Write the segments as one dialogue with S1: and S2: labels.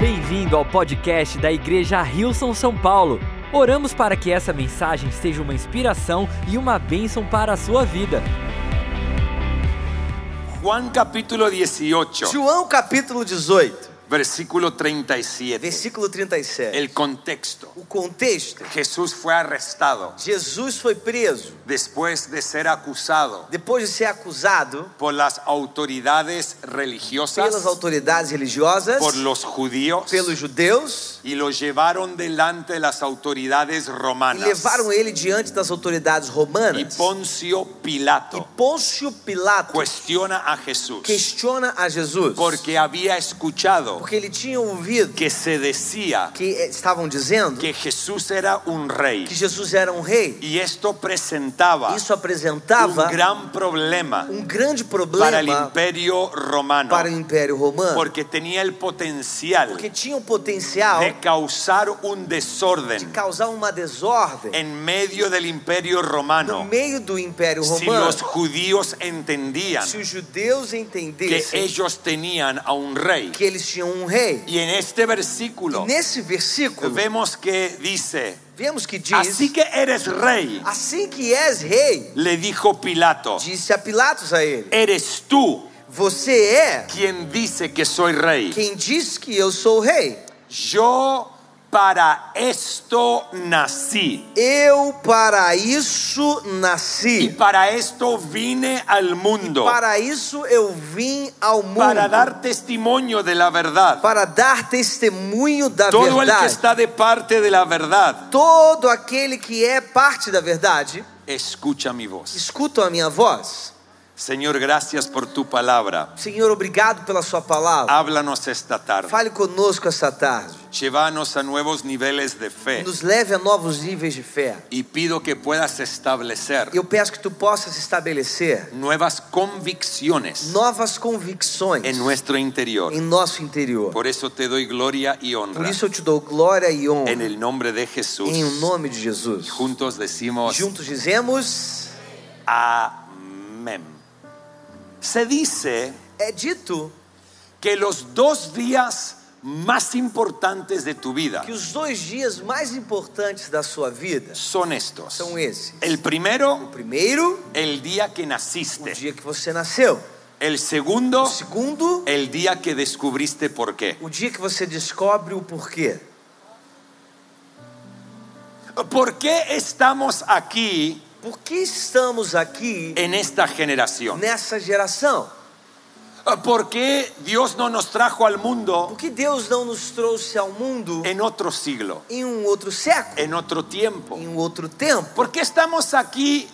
S1: bem-vindo ao podcast da Igreja Rilson São Paulo. Oramos para que essa mensagem seja uma inspiração e uma bênção para a sua vida.
S2: Juan capítulo 18,
S3: João capítulo 18,
S2: versículo 37.
S3: versículo 37.
S2: El contexto.
S3: O contexto:
S2: Jesús fue arrestado
S3: Jesus foi preso
S2: después de ser acusado
S3: depois de ser acusado
S2: por las autoridades
S3: pelas
S2: religiosas,
S3: autoridades religiosas,
S2: por los judíos,
S3: pelos judeus,
S2: y lo llevaron delante de las autoridades
S3: e
S2: romanas
S3: levaram ele diante das autoridades
S2: y
S3: romanas.
S2: Poncio
S3: E
S2: Pilato
S3: Pôncio Pilato
S2: cuestiona a Jesús
S3: questiona a Jesus
S2: porque había escuchado
S3: porque ele tinha ouvido
S2: que se decía
S3: que eh, estavam dizendo
S2: que Jesús era un rey
S3: que Jesus era um rei.
S2: y esto presentaba
S3: Isso
S2: un
S3: apresentava
S2: gran problema
S3: um grande
S2: um para el
S3: problema
S2: imperio romano
S3: para o Império Romano,
S2: porque tenía el potencial
S3: porque tinha o potencial
S2: de causar un
S3: de
S2: desorden
S3: causar uma desordem
S2: en medio del imperio
S3: no
S2: romano
S3: meio do Império
S2: si los
S3: Romano,
S2: judíos entendían
S3: se os judeus
S2: que é
S3: entendessem
S2: ellos tenían a un rey.
S3: que eles tinham um rei.
S2: Y en este
S3: E
S2: versículo
S3: nesse versículo,
S2: vemos que dice,
S3: vemos que diz:
S2: así Assim que eres rey,
S3: Assim que és rei,
S2: le dijo Pilato,
S3: disse a Pilatos a ele:
S2: eres tú
S3: Você é
S2: quien dice que soy rey.
S3: quem diz que eu sou rei.
S2: Yo para esto nací
S3: Eu para isso
S2: y
S3: nasci.
S2: para esto vine al mundo,
S3: Para isso eu vim ao mundo.
S2: para dar testimonio de la verdad.
S3: para dar testemunho da
S2: Todo el que
S3: verdade.
S2: está de parte de la verdad,
S3: Todo aquele que é parte da verdade,
S2: escucha mi voz.
S3: escuta a minha voz.
S2: Señor, gracias por tu palabra.
S3: Senhor, obrigado pela sua palavra.
S2: Háblanos esta tarde.
S3: Fale conosco esta tarde.
S2: Llévanos a nuevos niveles de fe
S3: Nos leve a novos níveis de fé.
S2: y pido que puedas establecer
S3: Eu peço que tu possas estabelecer
S2: nuevas convicciones
S3: novas convicções
S2: en nuestro interior.
S3: em nosso interior.
S2: é Por eso te doy gloria y
S3: Por
S2: honra
S3: isso eu te dou glória e honra
S2: en el nombre de Jesús.
S3: em o nome de Jesus.
S2: Juntos decimos
S3: Juntos dizemos:
S2: amén. Se dice
S3: é dito
S2: que los dos días más importantes de tu vida
S3: que os dois dias mais importantes da sua vida
S2: son estos.
S3: são esses.
S2: El
S3: O
S2: primero,
S3: primeiro,
S2: el día que
S3: o
S2: naciste.
S3: dia que você nasceu.
S2: El
S3: O
S2: segundo,
S3: segundo,
S2: el día que descubriste por qué.
S3: o dia que você descobre o porquê.
S2: ¿Por qué estamos aquí
S3: Por que estamos aqui
S2: en esta generación?
S3: nessa geração?
S2: ¿Por qué Dios no nos trajo al mundo
S3: Por que Deus não nos trouxe ao mundo
S2: en otro siglo,
S3: em um outro século,
S2: en otro tiempo?
S3: em um outro tempo?
S2: ¿Por qué estamos aquí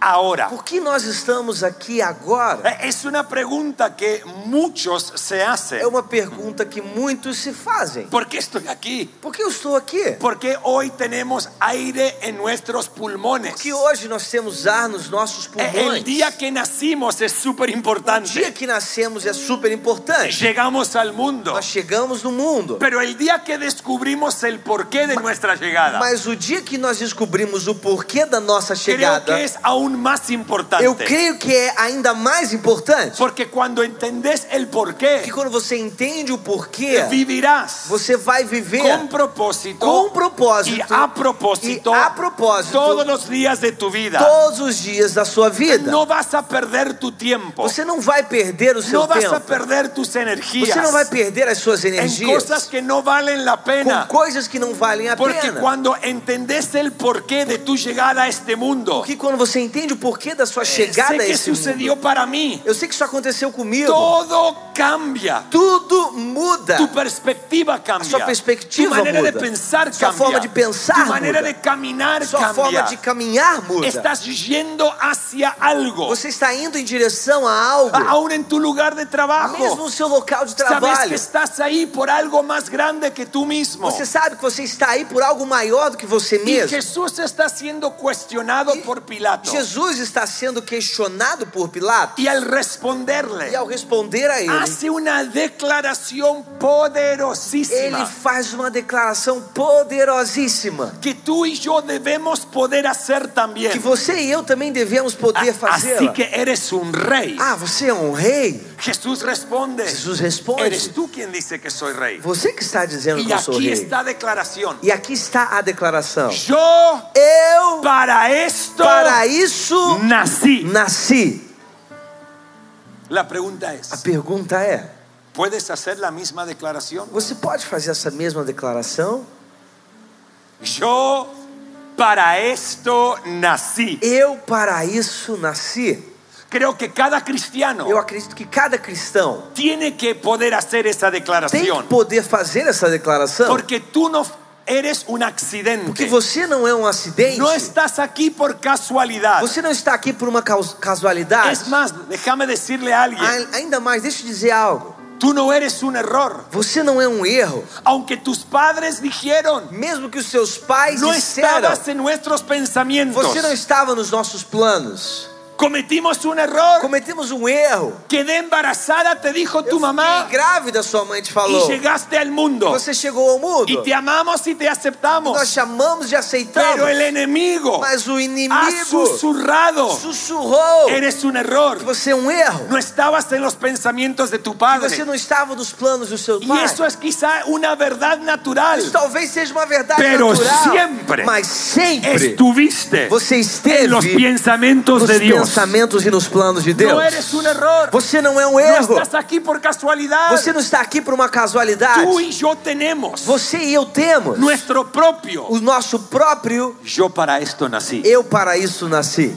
S2: ahora?
S3: Por que nós estamos aqui agora?
S2: Eh, Es una pregunta que muchos se hacen.
S3: É uma pergunta que muitos se fazem.
S2: ¿Por qué estoy aquí?
S3: Por que eu estou aqui?
S2: ¿Por qué hoy tenemos aire en nuestros pulmones?
S3: Porque hoje nós temos ar nos nossos
S2: Eh,
S3: pulmões.
S2: El día que tá nacimos es súper
S3: O dia
S2: importante.
S3: que nascemos é super importante.
S2: Llegamos al mundo.
S3: Nós chegamos no mundo.
S2: Pero el día que descubrimos el porqué de nuestra llegada,
S3: Mas o dia que nós descobrimos o porquê da nossa
S2: creo
S3: chegada,
S2: que es aún más
S3: eu
S2: importante.
S3: creio que é ainda mais importante.
S2: Porque cuando entendés el
S3: Porque
S2: porqué,
S3: quando você entende o porquê,
S2: vivirás
S3: você vai viver
S2: con propósito,
S3: Con propósito
S2: y a propósito,
S3: y a propósito
S2: todos los días de tu vida.
S3: todos os dias da sua vida.
S2: No vas a perder tu tiempo,
S3: Você não vai perder o seu
S2: no vas
S3: tempo.
S2: a perder tus energías
S3: Você não vai perder as suas
S2: en cosas
S3: energias
S2: que no valen la
S3: com
S2: É pena.
S3: coisas que não valem a
S2: Porque
S3: pena.
S2: cuando entendés el porqué de tu llegada a este mundo,
S3: Porque quando você entende o porquê da sua
S2: sé
S3: chegada
S2: É,
S3: a
S2: que
S3: esse mundo,
S2: sucedió para mí.
S3: eu sei que isso aconteceu comigo.
S2: Todo cambia.
S3: Tudo muda.
S2: Tu perspectiva cambia.
S3: Sua perspectiva
S2: tu manera
S3: muda.
S2: de pensar
S3: Sua
S2: cambia.
S3: forma de pensar
S2: tu manera
S3: muda.
S2: de caminar
S3: Sua
S2: cambia.
S3: forma de caminhar muda.
S2: Estás yendo hacia algo.
S3: Você está indo em direção a algo,
S2: Aún en tu lugar de trabajo.
S3: mesmo no seu local de
S2: Sabes que
S3: trabalho.
S2: estás ahí por algo más grande que tú mismo.
S3: Você sabe que você está aí por algo maior do que você
S2: y
S3: mesmo.
S2: Jesús está siendo cuestionado por Pilato.
S3: Jesus está sendo questionado por Pilatos,
S2: y al responderle,
S3: e ao responder a ele,
S2: hace una declaración
S3: ele
S2: poderosísima
S3: faz uma declaração poderosíssima
S2: que tú y yo debemos poder hacer
S3: que
S2: también.
S3: você e eu também devemos poder
S2: É. A- Así
S3: fazê-la.
S2: que é eres un rey.
S3: Ah, você é um rei?
S2: Jesús responde.
S3: Jesus responde:
S2: É. Eres tú quien dice que soy rey.
S3: Você que está dizendo
S2: Y
S3: que eu sou
S2: aquí
S3: rei.
S2: está declaración.
S3: E aqui está a declaração:
S2: Yo
S3: Eu
S2: para esto
S3: para isso
S2: Hum. nací.
S3: nasci.
S2: La pregunta es,
S3: A pergunta é:
S2: ¿puedes hacer la misma declaración?
S3: você pode fazer essa mesma declaração?
S2: Yo para esto nací.
S3: Eu para isso nasci.
S2: Creo que cada cristiano
S3: Eu acredito que cada cristão
S2: tiene que poder hacer essa
S3: tem que
S2: declaración.
S3: poder fazer essa declaração,
S2: Porque tú no eres un
S3: porque
S2: accidente.
S3: você não é um acidente.
S2: No estás aquí por casualidad.
S3: Você não está aqui por uma caus- casualidade.
S2: Es más, déjame decirle a alguien,
S3: Ai- Ainda mais, deixa eu dizer algo.
S2: tú no eres un error.
S3: Você não é um erro.
S2: Aunque tus padres dijeron,
S3: Mesmo que os seus pais
S2: no
S3: disseram,
S2: estabas en nuestros pensamientos.
S3: você não estava nos nossos planos.
S2: Cometimos un error.
S3: Cometemos um erro.
S2: Quedé embarazada, te dijo
S3: Eu
S2: tu mamá,
S3: fiquei grávida, sua mãe te
S2: y
S3: falou.
S2: llegaste al mundo.
S3: Você chegou ao mundo.
S2: Y te amamos y te
S3: Nós
S2: aceptamos.
S3: chamamos de aceitamos.
S2: Pero el enemigo
S3: Mas o
S2: ha
S3: inimigo
S2: susurrado,
S3: sussurrou
S2: eres un
S3: que
S2: error.
S3: você é um erro.
S2: No estabas en los pensamientos de tu
S3: que Você
S2: padre.
S3: não estava nos planos do seu
S2: Y
S3: pai.
S2: eso es quizá una verdad
S3: Isso
S2: natural.
S3: talvez seja uma verdade
S2: Pero
S3: natural.
S2: siempre
S3: mas sempre
S2: Estuviste
S3: você
S2: en los
S3: esteve
S2: pensamientos
S3: nos
S2: de Dios.
S3: pensamentos e nos planos de Deus.
S2: No eres un error.
S3: Você não é um
S2: No
S3: erro.
S2: estás aquí por casualidad.
S3: Você não está aqui por uma casualidade.
S2: Tú y yo tenemos
S3: Você e eu temos
S2: nuestro propio.
S3: o nosso próprio
S2: Yo para esto nací.
S3: eu para isso nasci.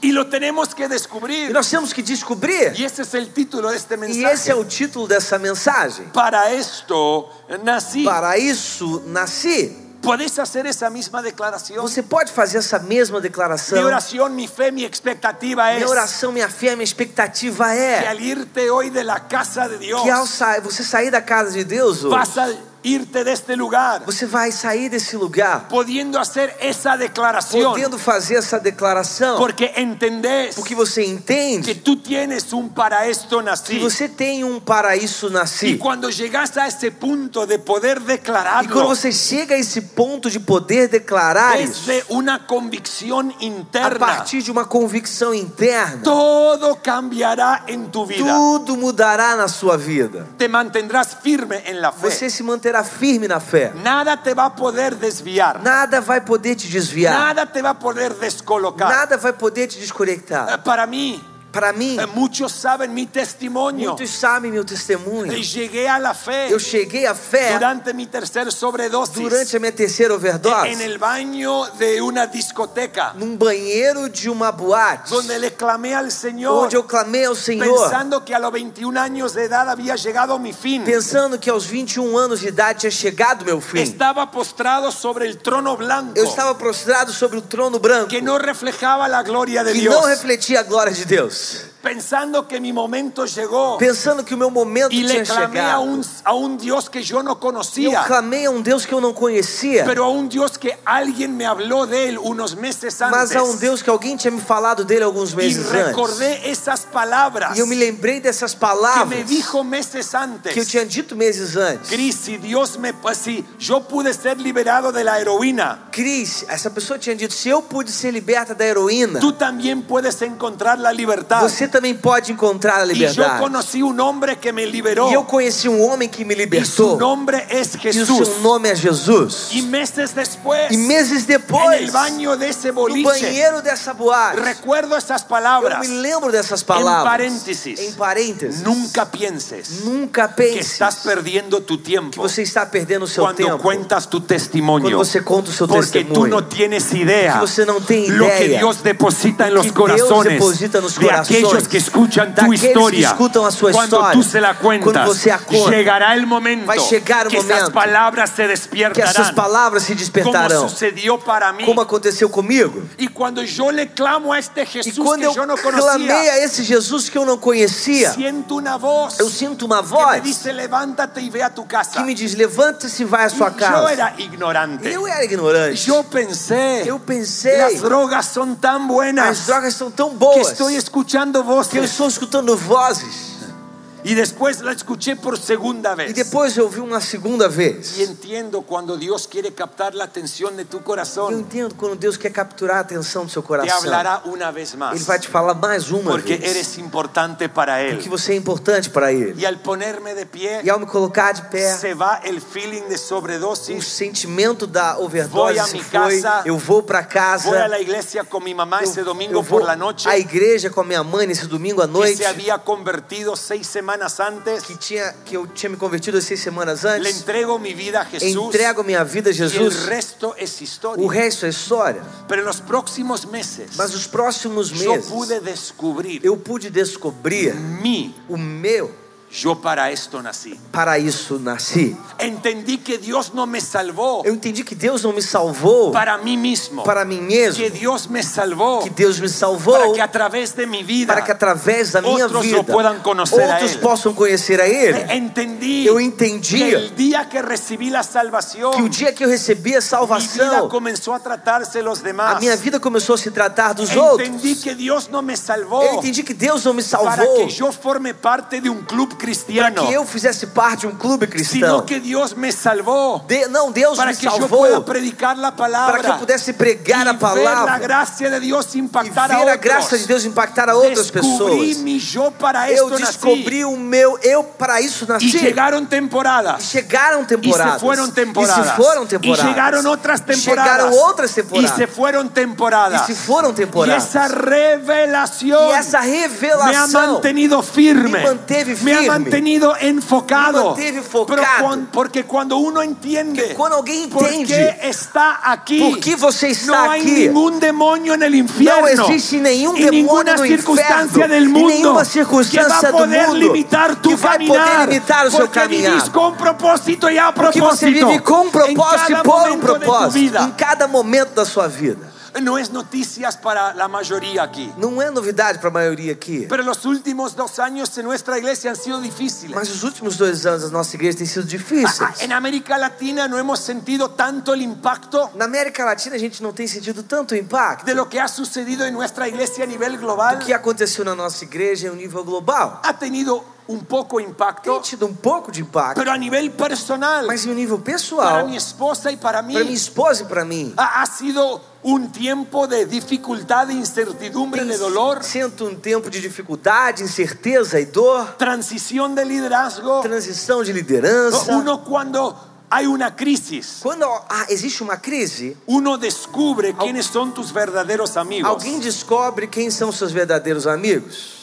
S2: Y lo tenemos que
S3: E
S2: descubrir.
S3: nós temos que descobrir.
S2: Y ese es el título de este
S3: E esse
S2: mensaje.
S3: é o título dessa mensagem.
S2: Para esto nací.
S3: Para isso nasci.
S2: Podés hacer esa misma declaración.
S3: Você pode fazer essa mesma
S2: Mi
S3: declaração.
S2: oración, mi fe, mi expectativa es
S3: Minha oração, minha fé, minha expectativa
S2: é que
S3: é
S2: al irte hoy de la casa de Dios,
S3: que ao sa você sair da casa de Deus, hoje,
S2: vas a irte de este lugar
S3: você vai sair desse lugar
S2: pudiendo hacer esa declaración.
S3: podendo fazer essa declaração,
S2: Porque entendés
S3: porque você
S2: que
S3: entende
S2: tú tienes un para esto
S3: que
S2: nací.
S3: você tem um paraíso
S2: Y
S3: nasci.
S2: cuando llegas a ese punto de poder
S3: E quando
S2: declararlo,
S3: você chega a esse ponto de poder declarar isso,
S2: desde una convicción
S3: a
S2: interna,
S3: partir de uma convicção interna,
S2: todo cambiará en tu vida.
S3: tudo mudará na sua vida.
S2: Te mantendrás firme en la
S3: Você
S2: fe.
S3: se manterá firme na fé.
S2: Nada te va a poder desviar.
S3: Nada vai poder te desviar.
S2: Nada te va a poder descolocar.
S3: Nada vai poder te
S2: Eh,
S3: desconectar.
S2: Para mí,
S3: Para mim,
S2: eh, muchos saben mi testimonio.
S3: muitos sabem meu
S2: Eh,
S3: testemunho.
S2: Llegué a la fe
S3: Eu cheguei à fé
S2: durante mi tercer sobredosis
S3: durante a minha terceira
S2: en
S3: overdose
S2: el baño de una discoteca
S3: num banheiro de uma boate,
S2: donde le clamé al Señor
S3: onde eu clamei ao Senhor,
S2: pensando que a los 21 años de edad había llegado mi fin.
S3: pensando que aos 21 anos de idade tinha chegado meu fim.
S2: Estaba postrado sobre el trono blanco
S3: Eu estava prostrado sobre o trono branco
S2: que no reflejaba la gloria de
S3: que não
S2: Dios,
S3: refletia a glória de Deus,
S2: pensando que mi momento llegó.
S3: pensando que o meu momento
S2: y le
S3: tinha
S2: clamé a um
S3: chegado.
S2: un, a un Dios que yo no
S3: Eu
S2: conocía,
S3: clamei a um Deus que eu não conhecia,
S2: pero a un Dios que alguien me habló de él unos meses
S3: mas
S2: antes.
S3: a um Deus que alguém tinha me falado dele alguns
S2: y
S3: meses antes.
S2: recordé esas palabras
S3: E eu me lembrei dessas
S2: que
S3: palavras
S2: me dijo meses antes.
S3: que eu tinha dito meses antes.
S2: Cris, si Dios me si yo pude ser liberado de la heroína,
S3: Cris, essa pessoa tinha dito: se eu pude ser liberta da heroína,
S2: tú también puedes encontrar la libertad.
S3: você também pode encontrar a
S2: y yo
S3: liberdade.
S2: conocí un hombre que me liberó.
S3: E eu conheci um homem que me
S2: y su
S3: libertou.
S2: nombre es
S3: E o
S2: Jesús.
S3: seu nome é Jesus.
S2: Y meses después,
S3: E meses
S2: en el
S3: depois,
S2: baño de ese
S3: no
S2: boliche,
S3: banheiro dessa boate,
S2: recuerdo esas
S3: eu
S2: palabras.
S3: me lembro dessas palavras.
S2: Em parênteses.
S3: Em parênteses.
S2: Nunca pienses
S3: Nunca
S2: que
S3: pense
S2: estás perdiendo tu
S3: que
S2: tiempo
S3: você está perdendo o seu
S2: cuando
S3: tempo.
S2: cuentas tu testimonio.
S3: Quando você conta o seu
S2: Porque tú
S3: testemunho.
S2: no tienes idea
S3: Que você não tem
S2: lo que
S3: ideia
S2: Dios deposita en
S3: que
S2: los
S3: Deus
S2: corazones
S3: deposita nos
S2: de aquellos
S3: orações,
S2: que escuchan tu
S3: daqueles que
S2: historia,
S3: escutam a sua
S2: cuando
S3: história,
S2: tú se la
S3: quando
S2: cuentas,
S3: você a conta,
S2: llegará el momento
S3: vai chegar o
S2: que esas
S3: momento
S2: palabras se
S3: que essas
S2: despiertarán,
S3: palavras se
S2: como
S3: despertarão,
S2: sucedió para mí.
S3: como aconteceu comigo.
S2: Y cuando yo le clamo a este
S3: E
S2: Jesús
S3: quando eu
S2: que yo no
S3: clamei
S2: conocía,
S3: a esse Jesus que eu não conhecia,
S2: siento una voz
S3: eu sinto uma
S2: é que me "Tá."
S3: voz
S2: dice levántate y ve a tu casa.
S3: que me diz: levante-se e vai à sua
S2: Yo
S3: casa.
S2: era ignorante.
S3: Eu era ignorante.
S2: Yo pensé,
S3: Eu pensei,
S2: las drogas son tan
S3: as
S2: buenas
S3: drogas são tão
S2: que
S3: boas
S2: estoy
S3: que
S2: escuchando
S3: eu
S2: voces.
S3: estou escutando vozes.
S2: Y después la escuché por segunda
S3: E
S2: vez.
S3: depois eu ouvi uma segunda vez.
S2: Y entiendo cuando Dios quiere captar la atención de tu
S3: Eu
S2: corazón,
S3: entendo quando Deus quer capturar a atenção do seu
S2: te
S3: coração.
S2: hablará una vez
S3: Ele
S2: más.
S3: vai te falar mais uma
S2: Porque
S3: vez.
S2: eres importante para
S3: Que
S2: Él.
S3: você é importante para Ele.
S2: Y al ponerme de pie,
S3: E ao me colocar de pé,
S2: se va el feeling de
S3: o
S2: sobredosis.
S3: sentimento da
S2: Voy a
S3: overdose se
S2: mi
S3: foi.
S2: casa.
S3: Eu vou para casa.
S2: Voy a la iglesia con mi mamá ese
S3: eu, eu
S2: domingo
S3: vou
S2: por la noche,
S3: à igreja com a minha mãe nesse domingo à
S2: que
S3: noite.
S2: se había convertido seis semanas antes.
S3: Que, tinha, que eu tinha me convertido há seis semanas
S2: Le
S3: antes.
S2: entrego mi vida a Jesús.
S3: Entrego minha vida a
S2: Y el
S3: Jesus.
S2: resto es
S3: O
S2: historia.
S3: resto é história.
S2: Pero en los próximos meses,
S3: Mas os próximos
S2: yo
S3: meses,
S2: pude descubrir
S3: eu pude descobrir
S2: mi
S3: o meu
S2: Yo para esto nací.
S3: para isso nasci.
S2: Entendí que Dios no me salvó
S3: Eu entendi que Deus não me salvou
S2: para mí mismo.
S3: para mim mesmo,
S2: que Dios me salvó
S3: que Deus me
S2: para
S3: salvou
S2: que a través de mi vida
S3: para que através da minha
S2: Outros o
S3: vida
S2: puedan conocer a
S3: outros
S2: Ele. É
S3: possam conhecer a Ele.
S2: entendí
S3: Eu entendi
S2: que el día que recibí la salvación,
S3: que o dia que eu recebi
S2: mi vida
S3: a salvação,
S2: comenzó a tratarse los demás.
S3: a minha vida começou a se tratar dos
S2: entendí
S3: outros.
S2: que Dios no me salvó
S3: Eu entendi que Deus não me
S2: para
S3: salvou
S2: que yo forme parte de un club
S3: para
S2: cristiano,
S3: que eu fizesse parte de um clube cristão.
S2: sino que Dios me salvó
S3: De- não, Deus
S2: para
S3: me
S2: que yo pueda
S3: salvou
S2: predicar la
S3: para
S2: palabra
S3: que eu pudesse
S2: y
S3: pregar a
S2: ver la
S3: palavra
S2: gracia de Dios
S3: e
S2: impactar
S3: ver
S2: a
S3: a
S2: otros.
S3: graça de Deus impactar a outras
S2: Descubrí
S3: pessoas.
S2: mi yo para
S3: Eu
S2: esto
S3: descobri
S2: nací.
S3: o meu, eu para isso
S2: Y
S3: nasci.
S2: llegaron temporadas.
S3: Chegaram
S2: Y se
S3: temporadas.
S2: fueron temporadas.
S3: E se foram temporadas.
S2: Y llegaron otras temporadas.
S3: Chegaram outras
S2: Y se
S3: temporadas.
S2: fueron temporadas.
S3: E se foram temporadas.
S2: Y esa revelación.
S3: E essa
S2: me ha
S3: revelação
S2: mantenido firme.
S3: Me manteve
S2: Me ha
S3: firme.
S2: mantenido enfocado.
S3: Me manteve focado.
S2: Pero cuan- porque cuando uno entiende.
S3: Que quando alguém
S2: Por qué
S3: entende
S2: está aquí?
S3: por que você está
S2: no hay
S3: aqui.
S2: ningún demonio en el infierno.
S3: não existe nenhum
S2: y ninguna
S3: demônio no
S2: circunstancia
S3: inferno,
S2: del
S3: e
S2: mundo
S3: nenhuma
S2: que va
S3: circunstância
S2: a
S3: do
S2: poder
S3: mundo
S2: limitar tu
S3: que vai
S2: caminar,
S3: poder limitar o seu
S2: porque
S3: caminhar.
S2: vivís con propósito y a
S3: Porque
S2: propósito.
S3: você vive com um propósito
S2: en cada
S3: e por um
S2: momento de tu
S3: propósito em
S2: vida.
S3: cada momento da sua vida.
S2: No es noticias para la mayoría aquí.
S3: Não é novidade para a maioria aqui.
S2: Pero los últimos dos años en nuestra iglesia han sido difíciles.
S3: Mas os últimos dois anos da nossa igreja têm sido
S2: Ah,
S3: difíceis.
S2: En América Latina no hemos sentido tanto el impacto
S3: Na América Latina a gente não tem sentido tanto impacto
S2: de lo que ha sucedido en nuestra iglesia a nivel global.
S3: O que aconteceu na nossa igreja em um nível global.
S2: Ha tenido un poco
S3: Tem
S2: impacto,
S3: tido um pouco de impacto,
S2: pero a nivel personal,
S3: mas em um nível
S2: para
S3: pessoal,
S2: mi esposa y para mí,
S3: para minha esposa e para mim,
S2: ha, ha sido un tiempo de dificultad, de incertidumbre, de dolor,
S3: sinto um tempo de dificuldade, incerteza e dor,
S2: transición de liderazgo.
S3: transição de liderança.
S2: Uno cuando hay una crisis,
S3: Quando ah, existe uma crise,
S2: uno descubre quiénes son tus verdaderos amigos
S3: alguém descobre quem são seus verdadeiros amigos.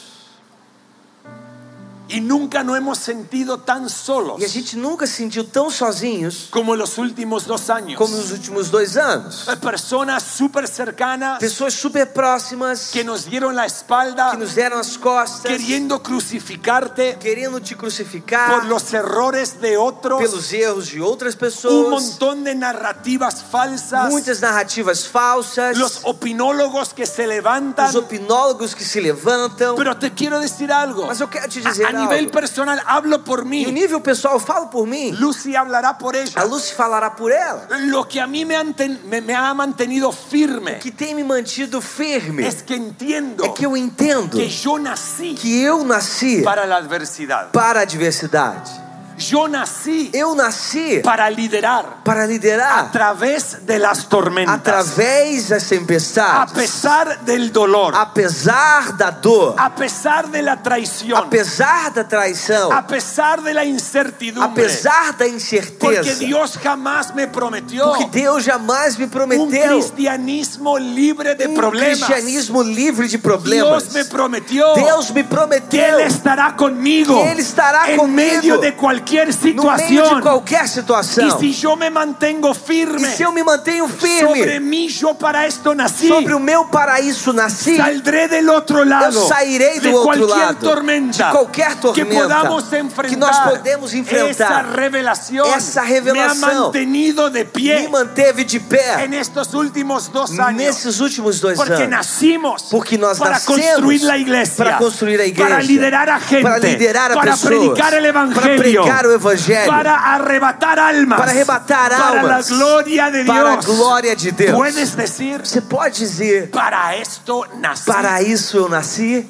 S2: y nunca no hemos sentido tan solos
S3: E a gente nunca se sentiu tão sozinhos
S2: como en los últimos dos años.
S3: como nos últimos dois anos.
S2: Personas súper cercanas
S3: Pessoas super próximas
S2: que
S3: que
S2: nos dieron la espalda
S3: nos deram as costas,
S2: queriendo crucificarte
S3: querendo te
S2: por
S3: crucificar
S2: los errores de otros,
S3: pelos erros de outras
S2: un
S3: pessoas.
S2: montón de narrativas falsas.
S3: muitas narrativas falsas,
S2: los opinólogos que se levantan.
S3: os opinólogos que se levantam.
S2: Pero te quiero decir algo.
S3: Mas eu quero te dizer
S2: A, a nivel
S3: algo.
S2: personal, hablo por
S3: Em
S2: mim.
S3: nível pessoal, eu falo por mim.
S2: Lucy hablará por ella.
S3: A Lucy falará por ela.
S2: Lo que a mí me, han ten- me- me ha mantenido firme
S3: O que tem me mantido firme
S2: es que entiendo
S3: é que eu entendo
S2: que yo nací
S3: que eu nasci
S2: para la adversidad.
S3: para a diversidade.
S2: Yo nací
S3: Eu nasci
S2: para liderar
S3: para
S2: a
S3: liderar
S2: través de las tormentas,
S3: através das
S2: a
S3: tempestades,
S2: pesar del dolor,
S3: apesar da dor,
S2: a pesar de la traición,
S3: apesar da traição,
S2: a pesar de la incertidumbre.
S3: apesar da
S2: Porque
S3: incerteza.
S2: Dios jamás me prometió
S3: Porque Deus jamais me
S2: un
S3: prometeu
S2: cristianismo libre de
S3: um
S2: problemas.
S3: cristianismo livre de problemas.
S2: Dios me prometió
S3: Deus me
S2: que é Él
S3: prometeu
S2: estará conmigo
S3: que Ele estará
S2: en
S3: comigo
S2: medio de cualquier
S3: no meio de
S2: situación.
S3: qualquer
S2: Y
S3: situação.
S2: si yo me mantengo
S3: E
S2: firme
S3: se eu me mantenho
S2: sobre
S3: firme
S2: mí, yo para esto nací.
S3: sobre o meu paraíso nasci,
S2: Saldré del otro lado
S3: eu sairei
S2: de
S3: do outro
S2: cualquier
S3: lado
S2: tormenta,
S3: de qualquer
S2: que
S3: tormenta
S2: podamos
S3: que nós
S2: enfrentar.
S3: podemos
S2: esa
S3: enfrentar.
S2: revelación,
S3: Essa
S2: me ha
S3: revelação
S2: mantenido de
S3: Me
S2: pie
S3: manteve de pé
S2: en estos últimos dos años.
S3: nesses últimos dois
S2: é Porque
S3: anos.
S2: nacimos
S3: Porque nós
S2: para
S3: nascemos
S2: construir la iglesia,
S3: para construir a igreja,
S2: para liderar a gente,
S3: para liderar a
S2: para
S3: pessoas,
S2: predicar el
S3: para
S2: evangelio,
S3: pregar o evangelho,
S2: para arrebatar almas,
S3: para arrebatar
S2: para
S3: almas,
S2: la gloria de
S3: para a
S2: Dios.
S3: glória de Deus.
S2: Puedes decir,
S3: Você pode dizer:
S2: para esto nací,
S3: Para isso eu nasci,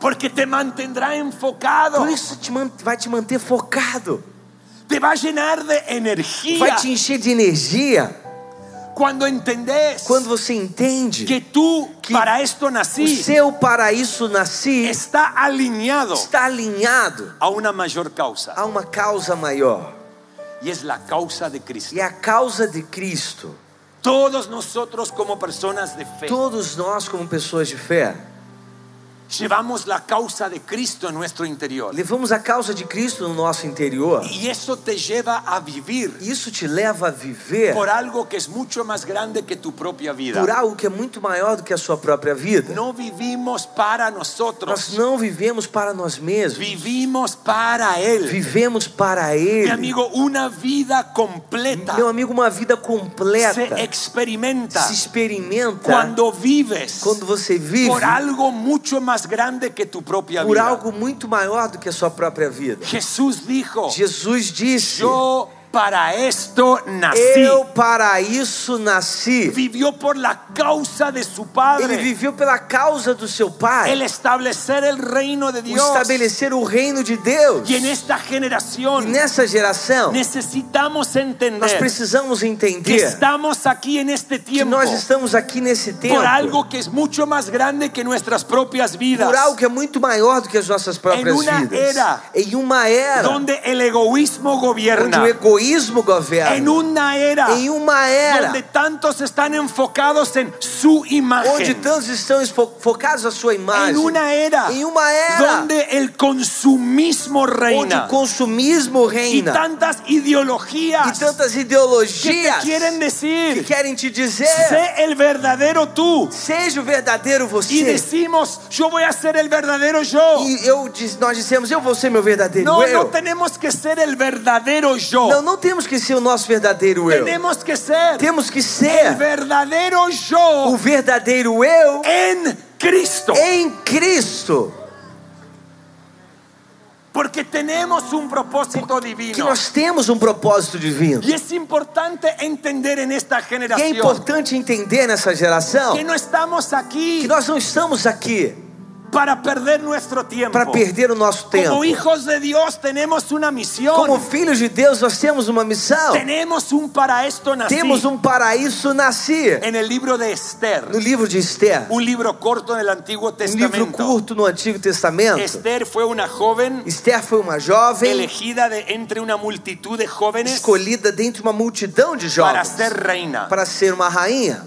S2: porque te mantendrá enfocado,
S3: e- por isso te man- vai te manter focado,
S2: te va a llenar de energía
S3: vai te encher de energia
S2: cuando entendés
S3: quando você entende
S2: que tú
S3: que
S2: para esto
S3: o
S2: nací
S3: seu paraíso nasci
S2: está alineado
S3: está alinhado
S2: a una mayor causa
S3: a uma causa maior
S2: y es la causa de Cristo.
S3: e a causa de Cristo.
S2: Todos nosotros como personas de fe
S3: Todos nós, como pessoas de fé,
S2: llevamos la causa de Cristo en nuestro interior.
S3: levamos a causa de Cristo no nosso interior.
S2: Y eso te lleva a vivir
S3: Isso te leva a viver
S2: por algo que es mucho más grande que tu propia vida.
S3: por algo que é muito maior do que a sua própria vida.
S2: No vivimos para
S3: Nós
S2: nosotros,
S3: não vivemos para nós mesmos,
S2: vivimos para Él.
S3: vivemos para
S2: Mi
S3: Ele.
S2: amigo, una vida completa
S3: Meu amigo, uma vida
S2: se
S3: completa
S2: experimenta
S3: se experimenta
S2: cuando vives
S3: quando você vive
S2: por algo mucho más grande que tu propia
S3: por
S2: vida.
S3: algo muito maior do que a sua própria vida.
S2: Jesús dijo,
S3: Jesus disse:
S2: yo para esto nací.
S3: Eu para isso nasci.
S2: vivió por la causa de su padre.
S3: Ele viveu pela causa do seu Pai,
S2: el establecer el reino de
S3: o
S2: Dios.
S3: estabelecer o reino de Deus.
S2: Y en esta
S3: E
S2: generación
S3: nessa geração,
S2: necesitamos
S3: nós
S2: entender
S3: precisamos
S2: que
S3: entender
S2: estamos aquí en este
S3: que
S2: tiempo
S3: nós estamos aqui nesse tempo
S2: por algo que es mucho más grande que nuestras propias vidas.
S3: por algo que é muito maior do que as nossas próprias
S2: Em uma
S3: vidas.
S2: É era
S3: em uma era onde
S2: Donde el egoísmo gobierna.
S3: o egoísmo
S2: En
S3: governa,
S2: una era
S3: em uma era
S2: donde tantos están enfocados en su
S3: onde
S2: imagen.
S3: tantos estão esfo- focados à sua
S2: En
S3: imagem,
S2: una era
S3: em uma era
S2: donde el consumismo
S3: onde
S2: reina.
S3: o consumismo
S2: y
S3: reina
S2: tantas ideologías
S3: e tantas
S2: que te
S3: ideologias
S2: quieren
S3: que
S2: decir
S3: querem te dizer
S2: sé el verdadero tú
S3: seja o verdadeiro
S2: y
S3: você.
S2: decimos yo voy a ser el verdadero yo
S3: E eu dis- nós dissemos eu vou ser meu verdadeiro
S2: no
S3: eu.
S2: no tenemos que ser el verdadero
S3: Não,
S2: yo
S3: não temos que ser o nosso verdadeiro eu.
S2: tenemos que ser
S3: Temos que
S2: el
S3: ser
S2: verdadero
S3: o
S2: yo
S3: verdadeiro eu
S2: É en Cristo
S3: em Cristo.
S2: porque tenemos un propósito
S3: Que
S2: divino
S3: nós temos um propósito divino.
S2: y es importante entender en esta
S3: E é
S2: generación
S3: importante entender nessa geração
S2: que no estamos
S3: que
S2: aquí
S3: nós não estamos aqui
S2: para perder nuestro
S3: para
S2: tiempo
S3: perder o nosso tempo.
S2: Como hijos de Dios tenemos una misión.
S3: Como filhos de Deus, nós temos uma missão.
S2: Tenemos un para esto nacido.
S3: Temos um paraíso nasci.
S2: En el libro de Esther,
S3: No livro de Esther,
S2: un libro corto del Antiguo
S3: um livro
S2: Testamento.
S3: curto no Antigo Testamento,
S2: Esther fue una joven
S3: Esther foi uma jovem
S2: elegida de entre una multitud de jóvenes
S3: escolhida dentre uma multidão de
S2: para
S3: jovens
S2: ser reina.
S3: para ser uma rainha.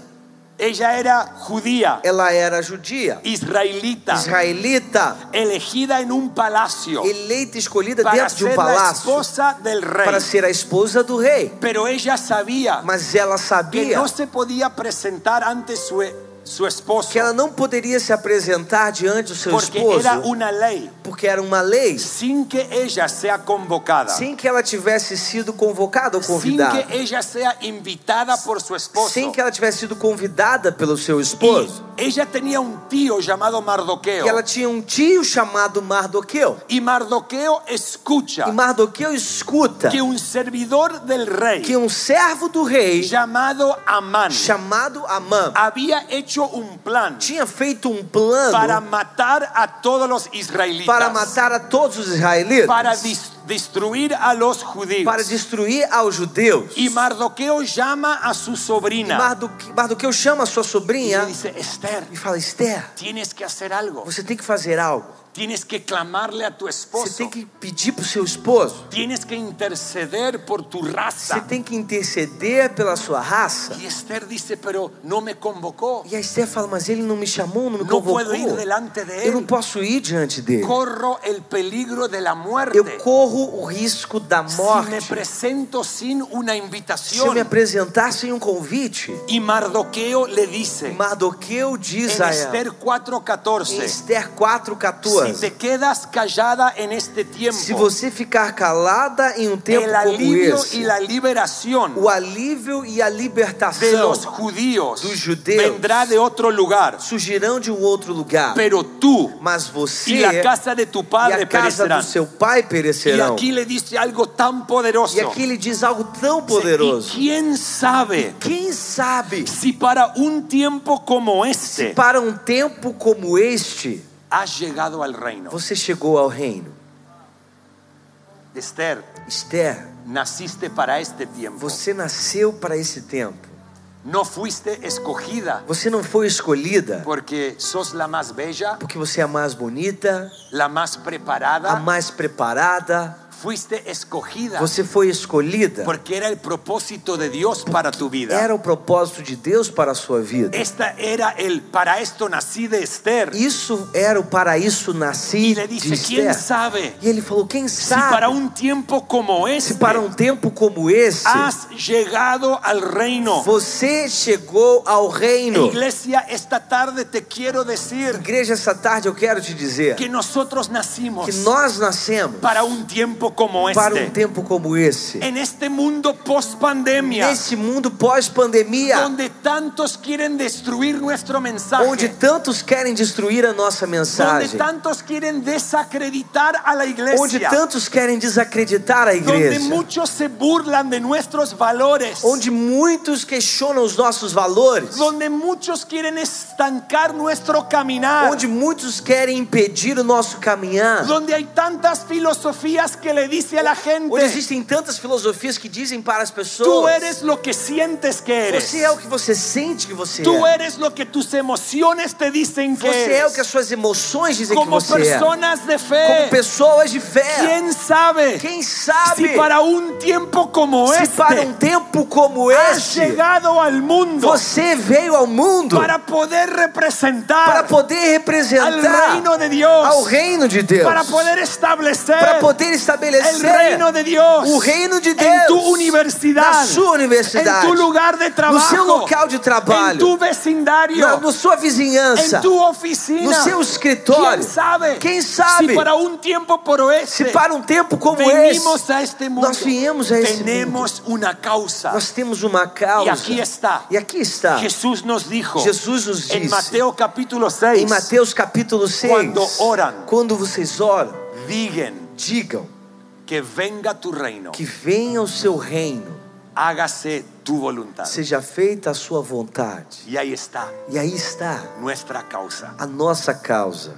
S2: Ella era judía,
S3: Ela era judia,
S2: israelita,
S3: israelita,
S2: elegida en un palacio
S3: eleita e escolhida
S2: para
S3: dentro de um
S2: ser la
S3: palácio
S2: esposa del rey.
S3: para ser a esposa do rei.
S2: Pero ella sabía
S3: Mas ela
S2: que
S3: sabia
S2: no se podía presentar ante su, e-, su esposo.
S3: que ela não poderia se apresentar diante do seu
S2: Porque
S3: esposo
S2: era una ley
S3: porque era uma lei
S2: sin que ella sea convocada,
S3: sem que ela tivesse sido convocada ou
S2: sin
S3: convidada.
S2: que ella sea invitada por su esposo.
S3: é Sem que ela tivesse sido convidada pelo seu esposo.
S2: y ella tenía un tío llamado Mardoqueo.
S3: E ela tinha um tio chamado Mardoqueu.
S2: Y Mardoqueo escucha
S3: E Mardoqueu escuta
S2: que un servidor del rey
S3: que um servo do rei
S2: llamado Amán
S3: chamado Amã
S2: había hecho un plan
S3: tinha feito um
S2: para
S3: plano
S2: matar a todos los israelitas,
S3: para matar a todos os israelitas,
S2: para dis- destruir a los
S3: para
S2: judíos.
S3: destruir aos judeus.
S2: Y Mardoqueo llama a su sobrina
S3: Mardu- Mardoqueu chama sua
S2: y le
S3: sobrinha
S2: dice, Esther,
S3: e fala: Esther,
S2: tienes que hacer algo,
S3: você tem que fazer algo.
S2: tienes que clamarle a tu
S3: Você
S2: esposo,
S3: tem que pedir para o seu esposo.
S2: tienes que interceder por tu
S3: Você
S2: raza.
S3: tem que interceder pela sua raça.
S2: Y Esther dice, pero no me convocó,
S3: E a Esther fala: Mas ele não me chamou, não me
S2: no
S3: convocou.
S2: puedo ir delante de
S3: Eu não
S2: él,
S3: posso ir diante dele.
S2: corro el peligro de la muerte.
S3: Eu corro o risco da
S2: Si me
S3: morte.
S2: presento sin una
S3: Se eu me
S2: invitación,
S3: apresentar sem um convite,
S2: y Mardoqueo le dice,
S3: Mardoqueu diz
S2: en
S3: a ela,
S2: Esther
S3: em
S2: 4:14,
S3: Esther
S2: si
S3: 4,14,
S2: te quedas callada en este
S3: se
S2: tiempo,
S3: você ficar calada em um tempo
S2: el
S3: como
S2: alivio y
S3: esse,
S2: la liberación
S3: o alívio e a
S2: de
S3: libertação
S2: los judíos
S3: dos judeus
S2: vendrá de otro lugar,
S3: surgirão de um outro lugar.
S2: pero tú
S3: Mas
S2: eh. y
S3: você
S2: la casa de tu
S3: e a
S2: padre
S3: casa do
S2: perecerán.
S3: seu pai
S2: Y
S3: perecerão.
S2: aquí le dice algo tan poderoso.
S3: E aqui ele diz algo tão
S2: Dice,
S3: poderoso.
S2: Y quién sabe
S3: Quem sabe
S2: si para un tiempo como este
S3: para um tempo como este
S2: has llegado al reino.
S3: você chegou ao reino?
S2: Esther,
S3: Esther,
S2: naciste para este tiempo.
S3: você nasceu para esse tempo.
S2: No fuiste escogida
S3: Você não foi escolhida
S2: porque sos la más bella,
S3: porque você é a mais bonita,
S2: la más
S3: a
S2: preparada.
S3: mais preparada.
S2: Fuiste escogida
S3: Você foi escolhida.
S2: porque era el propósito de Dios para tu vida.
S3: Era o propósito de Deus para a sua vida.
S2: Esta era el para esto nací de Esther.
S3: Isso era o paraíso nasci
S2: Y le
S3: de
S2: dice, ¿quién
S3: Esther.
S2: sabe
S3: E ele falou: quem
S2: si para um
S3: sabe
S2: un tiempo como
S3: se
S2: este
S3: para um tempo como esse
S2: has llegado al reino? E
S3: você chegou ao reino?
S2: Iglesia, esta tarde te quiero decir
S3: Igreja, essa tarde eu quero te dizer
S2: que nosotros nacimos
S3: que nós nascemos
S2: para um un tiempo como
S3: para um
S2: este.
S3: tempo como esse.
S2: En este mundo post pandemia,
S3: Nesse mundo pós-pandemia,
S2: donde tantos quieren destruir nuestro mensaje,
S3: onde tantos querem destruir a nossa
S2: donde
S3: mensagem,
S2: tantos quieren desacreditar a la
S3: onde
S2: iglesia,
S3: tantos querem desacreditar a
S2: donde
S3: igreja,
S2: muchos se burlan de nuestros valores,
S3: onde muitos questionam os nossos valores,
S2: donde muchos quieren estancar nuestro caminar,
S3: onde muitos querem impedir o nosso caminhar,
S2: donde hay tantas filosofías que le dice a la
S3: onde
S2: gente,
S3: existem tantas filosofias que dizem para as
S2: tú
S3: pessoas:
S2: eres lo que sientes que eres,
S3: você é o que você sente que você
S2: tú
S3: é,
S2: eres lo que tus emociones te dicen que
S3: você é o
S2: eres.
S3: que as suas emoções dizem que
S2: Como
S3: você é,
S2: personas de
S3: como
S2: fe,
S3: pessoas de fé.
S2: ¿quién sabe?
S3: Quem
S2: si
S3: sabe
S2: para un tiempo como
S3: se
S2: este
S3: para um tempo como
S2: has
S3: este
S2: llegado al mundo
S3: Você veio ao mundo
S2: para
S3: para,
S2: poder representar
S3: poder
S2: al
S3: representar
S2: reino de Dios,
S3: ao reino de Deus,
S2: para poder establecer
S3: para poder
S2: el
S3: estabelecer
S2: reino de Dios,
S3: o reino de Deus
S2: en tu universidad,
S3: na sua universidade,
S2: en tu lugar de trabajo,
S3: seu local de trabalho,
S2: en tu vecindario,
S3: na, na sua vizinhança,
S2: en tu oficina,
S3: no seu
S2: ¿Quién
S3: escritório.
S2: sabe?
S3: Quem sabe?
S2: Si para un tiempo por
S3: se
S2: oeste,
S3: para um tempo como
S2: venimos
S3: esse,
S2: a este mundo,
S3: nós viemos a esse
S2: tenemos una causa.
S3: nós temos uma causa.
S2: Y aquí está.
S3: E aqui está.
S2: Jesús nos dijo
S3: Jesus nos
S2: en
S3: disse.
S2: Mateo capítulo 6,
S3: Em Mateus capítulo 6,
S2: Quando oram.
S3: quando vocês oram,
S2: digan
S3: digam
S2: que venga tu reino,
S3: que venha o seu reino,
S2: hágase tu voluntad.
S3: seja feita a sua vontade.
S2: Y ahí está
S3: E aí está
S2: nuestra causa.
S3: a nossa causa.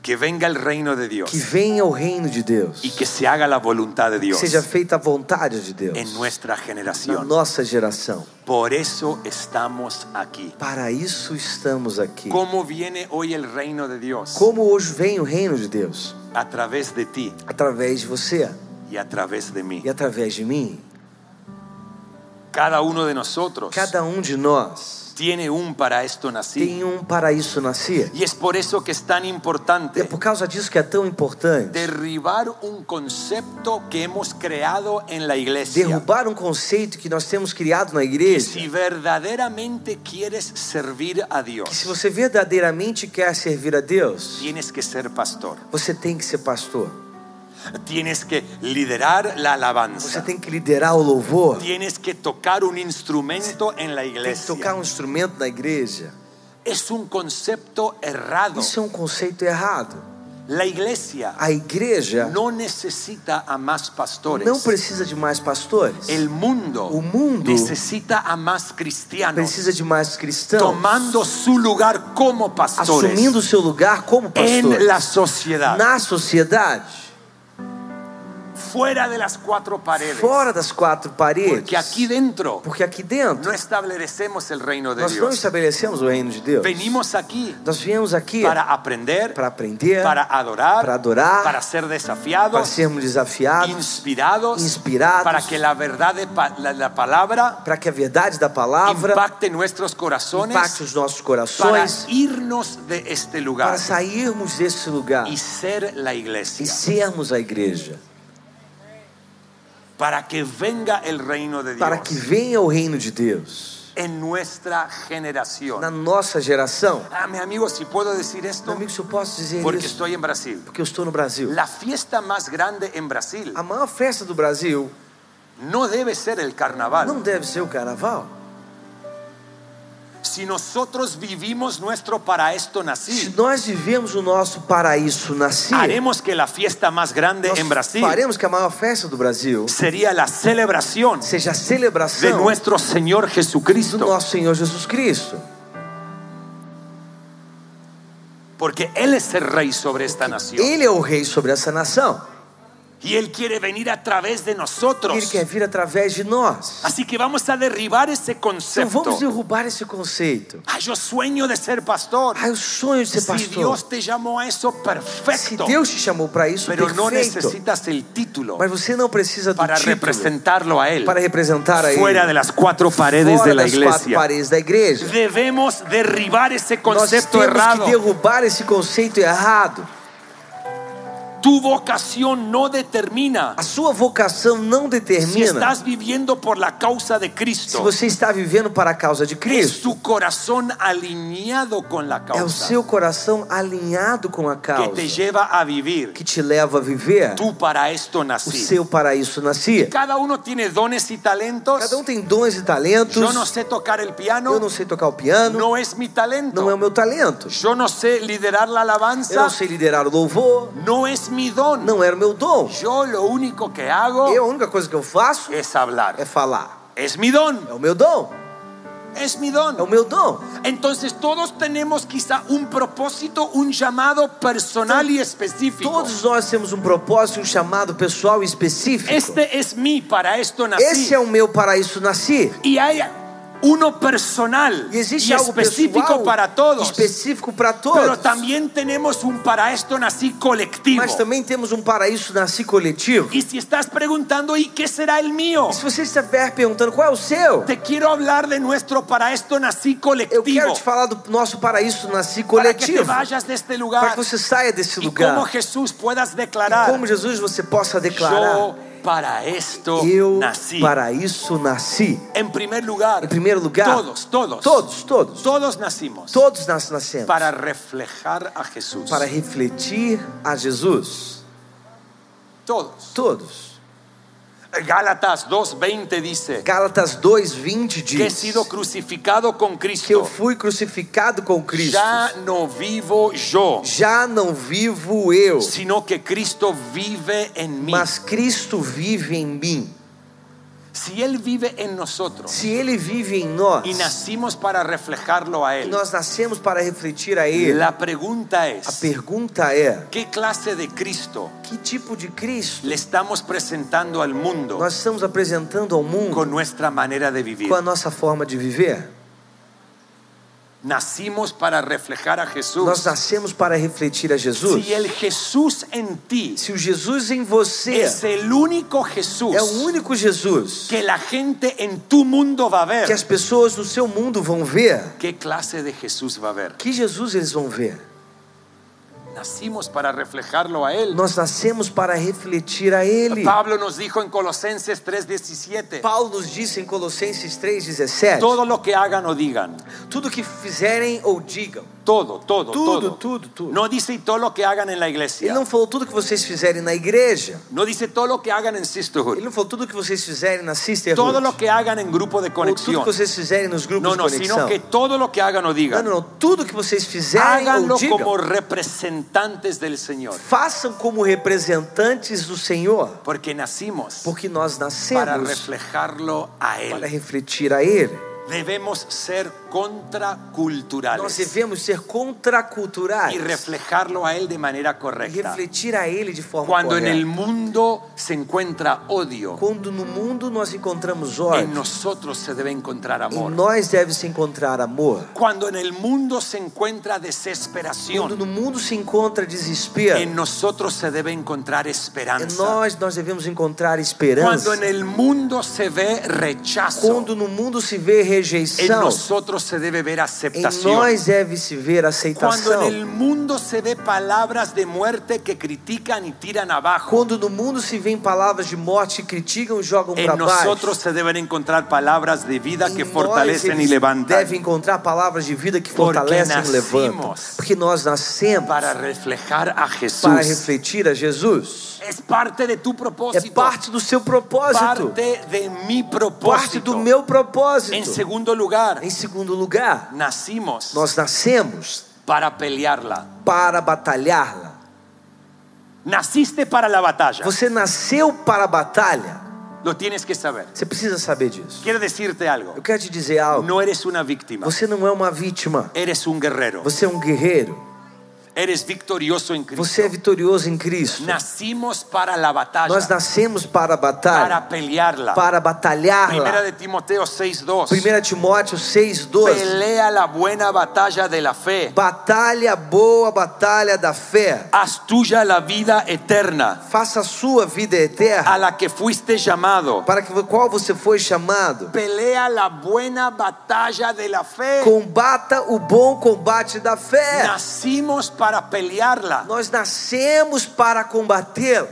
S2: Que venga el reino de Dios
S3: Que venha o reino de Deus.
S2: y que é se haga la voluntad de
S3: Que
S2: Dios
S3: seja feita a vontade de Deus.
S2: en nuestra
S3: Na
S2: generación.
S3: nossa geração.
S2: Por eso estamos aquí.
S3: Para isso estamos aqui.
S2: ¿Cómo viene hoy el reino de Dios?
S3: Como hoje vem o reino de Deus?
S2: A través de ti
S3: Através de você
S2: y a través de mí.
S3: e através de mim.
S2: Cada uno de nosotros
S3: Cada um de nós
S2: tiene un para esto nacido.
S3: tem um paraíso nascer.
S2: Y es por eso que es tan
S3: E é
S2: importante
S3: por causa disso que é tão importante
S2: derribar un concepto que hemos creado en la iglesia.
S3: derrubar um conceito que nós temos criado na
S2: Que
S3: igreja.
S2: si verdaderamente quieres servir a
S3: Que se
S2: Dios,
S3: você verdadeiramente quer servir a Deus,
S2: tienes que ser pastor,
S3: você tem que ser pastor.
S2: tienes que liderar la
S3: Você
S2: alabanza,
S3: tem que liderar o louvor,
S2: tienes que tocar un instrumento en la
S3: tem que
S2: iglesia.
S3: tocar um instrumento na igreja.
S2: Es un concepto errado.
S3: Isso é um conceito errado.
S2: La iglesia
S3: A igreja
S2: no necesita a más pastores.
S3: não precisa de mais pastores.
S2: El mundo,
S3: O mundo
S2: necesita a más cristianos.
S3: Precisa de mais cristãos
S2: tomando su lugar como pastores
S3: assumindo o seu lugar como pastor
S2: en la sociedad.
S3: na sociedade.
S2: fuera de las cuatro paredes.
S3: fora das quatro paredes.
S2: Porque aquí dentro
S3: Porque aqui dentro
S2: no establecemos el reino é de
S3: nós não
S2: Dios.
S3: estabelecemos o reino de Deus.
S2: Venimos aquí
S3: Nós viemos aqui
S2: para aprender,
S3: para aprender,
S2: para adorar,
S3: para adorar,
S2: para ser desafiados,
S3: para sermos desafiados,
S2: inspirados,
S3: inspirados,
S2: para que la verdad de pa- la, la palabra
S3: para que a verdade da palavra
S2: impacte nuestros corazones
S3: impacte os nossos
S2: para
S3: corações,
S2: irnos de este lugar
S3: para sairmos desse lugar
S2: y ser la iglesia,
S3: e sermos a igreja,
S2: para que venga el reino de Dios
S3: para que venha o reino de Deus
S2: en nuestra generación.
S3: na nossa geração.
S2: Ah, mi amigo, si puedo decir
S3: Meu
S2: esto,
S3: amigo, se eu posso dizer
S2: porque
S3: isso,
S2: estoy en Brasil.
S3: porque eu estou no Brasil.
S2: La fiesta más grande en Brasil
S3: A maior festa do Brasil
S2: no debe ser el carnaval.
S3: não deve ser o carnaval.
S2: Si nosotros vivimos nuestro para esto
S3: Se
S2: nací,
S3: nós vivemos o nosso paraíso nascer,
S2: haremos que la fiesta más grande en
S3: nós
S2: Brasil
S3: faremos que a maior festa do Brasil
S2: sería la celebración
S3: seja a
S2: de
S3: celebração
S2: nuestro Señor
S3: do
S2: Jesucristo,
S3: nosso Senhor Jesus Cristo.
S2: porque Él es el Rey sobre esta nación.
S3: Ele é o rei sobre essa nação.
S2: Y Él quiere venir a través de
S3: Ele
S2: nosotros.
S3: quer vir através de nós.
S2: Así que vamos a derribar esse
S3: Então vamos
S2: concepto.
S3: derrubar esse conceito.
S2: Ah, yo sueño de ser pastor.
S3: Ah, o é um sonho de ser
S2: Si
S3: pastor.
S2: Dios te llamó a eso,
S3: Se
S2: perfecto.
S3: Deus te chamou para isso,
S2: Pero no
S3: perfeito.
S2: necesitas el título
S3: Mas você não precisa do
S2: para
S3: título
S2: representarlo a Él.
S3: para representar a
S2: Fuera de
S3: ele.
S2: las cuatro paredes
S3: fora
S2: de la
S3: das quatro
S2: iglesia.
S3: paredes da igreja.
S2: Debemos derribar ese
S3: Nós
S2: concepto
S3: temos que
S2: errado.
S3: derrubar esse conceito errado.
S2: Tu vocación no determina
S3: A sua vocação não
S2: si
S3: determina
S2: estás viviendo por la causa de
S3: se
S2: Cristo.
S3: você está vivendo para a causa de
S2: Es
S3: Cristo.
S2: tu corazón alineado con la
S3: É o
S2: causa
S3: seu coração alinhado com a
S2: que
S3: causa
S2: te lleva a vivir.
S3: que te leva a viver
S2: Tú para esto
S3: o
S2: nací.
S3: seu paraíso nascer.
S2: Cada uno tiene dones y talentos.
S3: Cada um tem dons e talentos.
S2: Yo no sé tocar el piano.
S3: Eu não sei tocar o piano,
S2: No es mi
S3: não é o
S2: talento.
S3: meu talento.
S2: Yo no sé liderar la
S3: Eu
S2: alabanza.
S3: não sei liderar o louvor,
S2: No es mi don.
S3: não era o meu dom.
S2: Yo lo único que hago
S3: Eu, a única coisa que eu faço
S2: es hablar.
S3: é falar.
S2: Es mi don.
S3: É o meu dom,
S2: Es mi
S3: é o
S2: don.
S3: meu dom.
S2: Entonces todos tenemos quizá un propósito, un llamado personal y específico.
S3: Todos nós temos um propósito, um chamado pessoal específico.
S2: Este é es mi para esto
S3: Esse
S2: nací.
S3: é o meu paraíso nascer.
S2: Y hay uno personal
S3: E
S2: y
S3: existe algo pessoal
S2: específico para todos.
S3: específico para
S2: Pero
S3: todos.
S2: también tenemos un para esto nací colectivo.
S3: Mas também temos um paraíso nascer coletivo.
S2: Y si estás preguntando, ¿y qué será el mío?
S3: E se você estiver perguntando qual é o seu,
S2: Te quiero hablar de nuestro para esto nací
S3: eu quero
S2: colectivo.
S3: te falar do nosso paraíso nascer
S2: Para que te
S3: coletivo.
S2: vayas de este
S3: Para que
S2: lugar
S3: você saia desse
S2: y como
S3: lugar.
S2: Jesús puedas
S3: E
S2: declarar,
S3: como Jesus você possa declarar:
S2: yo para esto
S3: Eu
S2: nací.
S3: para isso nasci.
S2: En primer lugar,
S3: Em primeiro lugar,
S2: todos, todos,
S3: todos, todos,
S2: todos nacimos
S3: todos nós nascemos
S2: para reflejar a Jesús.
S3: para refletir a Jesus.
S2: todos.
S3: Todos.
S2: Gálatas 2:20 dice
S3: Gálatas 2:20
S2: que he
S3: diz
S2: sido crucificado com
S3: que eu
S2: Cristo.
S3: fui crucificado com Cristo.
S2: Já não vivo eu,
S3: Já não vivo eu,
S2: sino que Cristo vive em mim.
S3: mas Cristo vive em mim.
S2: Se Ele vive em nós
S3: Se ele vive em nós,
S2: e nascimos para reflejarlo a Ele,
S3: nós nascemos para refletir a ele.
S2: a pergunta é:
S3: A pergunta é:
S2: que classe de Cristo
S3: que tipo de Cristo
S2: le estamos presentando ao mundo
S3: nós estamos apresentando ao mundo
S2: com nossa maneira de viver?
S3: com a nossa forma de viver?
S2: Nacimos para reflejar a
S3: Nós
S2: Jesús.
S3: nascemos para refletir a Jesus.
S2: Si el Jesús en ti
S3: Se o Jesus em você
S2: es el único Jesús
S3: é o único Jesus
S2: que la gente en tu mundo va a
S3: que as
S2: ver,
S3: pessoas no seu mundo vão ver,
S2: ¿qué clase de Jesús va a ver?
S3: que Jesus eles vão ver?
S2: Nacimos para reflejarlo a Él.
S3: Nós nascemos para refletir a Ele.
S2: Pablo nos dijo en Colosenses 3:17,
S3: Paulo nos disse em Colossenses 3,17:
S2: todo lo que hagan o digan,
S3: Tudo que fizerem ou digam.
S2: todo, todo,
S3: Tudo,
S2: todo.
S3: tudo, tudo.
S2: No dice y todo lo que hagan en la
S3: Ele
S2: iglesia.
S3: não falou tudo que vocês fizerem na igreja.
S2: No dice todo lo que hagan en
S3: Ele
S2: sisterhood.
S3: não falou tudo que vocês fizerem na Sisterhood.
S2: Todo lo que hagan en grupo de
S3: ou tudo
S2: conexión.
S3: que vocês fizerem nos grupos
S2: No, no,
S3: de
S2: sino
S3: conexão.
S2: que todo lo que hagan o
S3: Não,
S2: digan.
S3: não, não. Tudo que vocês fizerem ou
S2: Háganlo
S3: digam,
S2: como representantes del Señor,
S3: façam como representantes do Senhor.
S2: porque nacimos
S3: Porque nós
S2: para
S3: nascemos
S2: reflejarlo a
S3: para
S2: Él.
S3: refletir a Ele.
S2: Debemos ser contraculturales
S3: nós devemos ser contraculturais
S2: y reflejarlo a Él de manera
S3: e
S2: correcta.
S3: refletir a Ele de forma
S2: Cuando en
S3: correta.
S2: el mundo se encuentra odio,
S3: Quando no mundo nós encontramos
S2: en
S3: ódio,
S2: nosotros se debe encontrar
S3: em
S2: amor.
S3: nós deve se encontrar amor.
S2: Cuando en el mundo se encuentra
S3: Quando
S2: desesperación,
S3: no mundo se encontra desespero,
S2: en nosotros se deve encontrar
S3: em
S2: esperanza.
S3: nós nós devemos encontrar
S2: Cuando
S3: esperança.
S2: en el mundo se ve rechazo,
S3: Quando no mundo se vê
S2: en
S3: rejeição,
S2: nosotros se debe ver
S3: em
S2: aceptación.
S3: nós deve se ver
S2: Cuando
S3: aceitação.
S2: en el mundo se ve palabras de muerte que critican y tiran abajo,
S3: Quando no mundo se vêem palavras de morte, criticam e jogam para
S2: en nosotros
S3: baixo.
S2: se deben encontrar palabras de vida
S3: em
S2: que
S3: nós
S2: fortalecen y
S3: eles
S2: levantan
S3: Devem encontrar palavras de vida que
S2: Porque
S3: fortalecem e levantam.
S2: nascimos
S3: Porque nós nascemos
S2: para reflejar a
S3: para
S2: Jesús.
S3: refletir a Jesus.
S2: Es parte de tu
S3: É
S2: propósito.
S3: parte do seu propósito.
S2: Parte de mi
S3: Parte do
S2: propósito.
S3: meu propósito.
S2: En segundo lugar,
S3: Em segundo lugar,
S2: nacimos
S3: nós nascemos
S2: para pelearla.
S3: para batalhar.
S2: Naciste para la batalla.
S3: Você nasceu para a batalha.
S2: Lo tienes que saber.
S3: Você precisa saber disso.
S2: Quiero decirte algo.
S3: Eu quero te dizer algo.
S2: No eres una víctima.
S3: Você não é uma vítima.
S2: Eres un guerrero.
S3: Você é um guerreiro.
S2: Eres victorioso en Cristo.
S3: Você é vitorioso em Cristo.
S2: Nacimos para la batalla.
S3: Nós nascemos para a batalha,
S2: Para pelearla.
S3: para
S2: Primera
S3: batalhar.
S2: de Timoteo 6:2.
S3: 1 Timóteo 6,12.
S2: Pelea la buena batalla de la fe.
S3: Batalha boa, batalha da fé.
S2: Haz tuya la vida eterna
S3: Faça a sua vida
S2: a
S3: eterna,
S2: la que fuiste llamado.
S3: para que qual você foi chamado.
S2: Pelea la buena batalla de la fe.
S3: Combata o bom combate da fé.
S2: Nacimos para pelearla.
S3: Nós nascemos para combatê-la.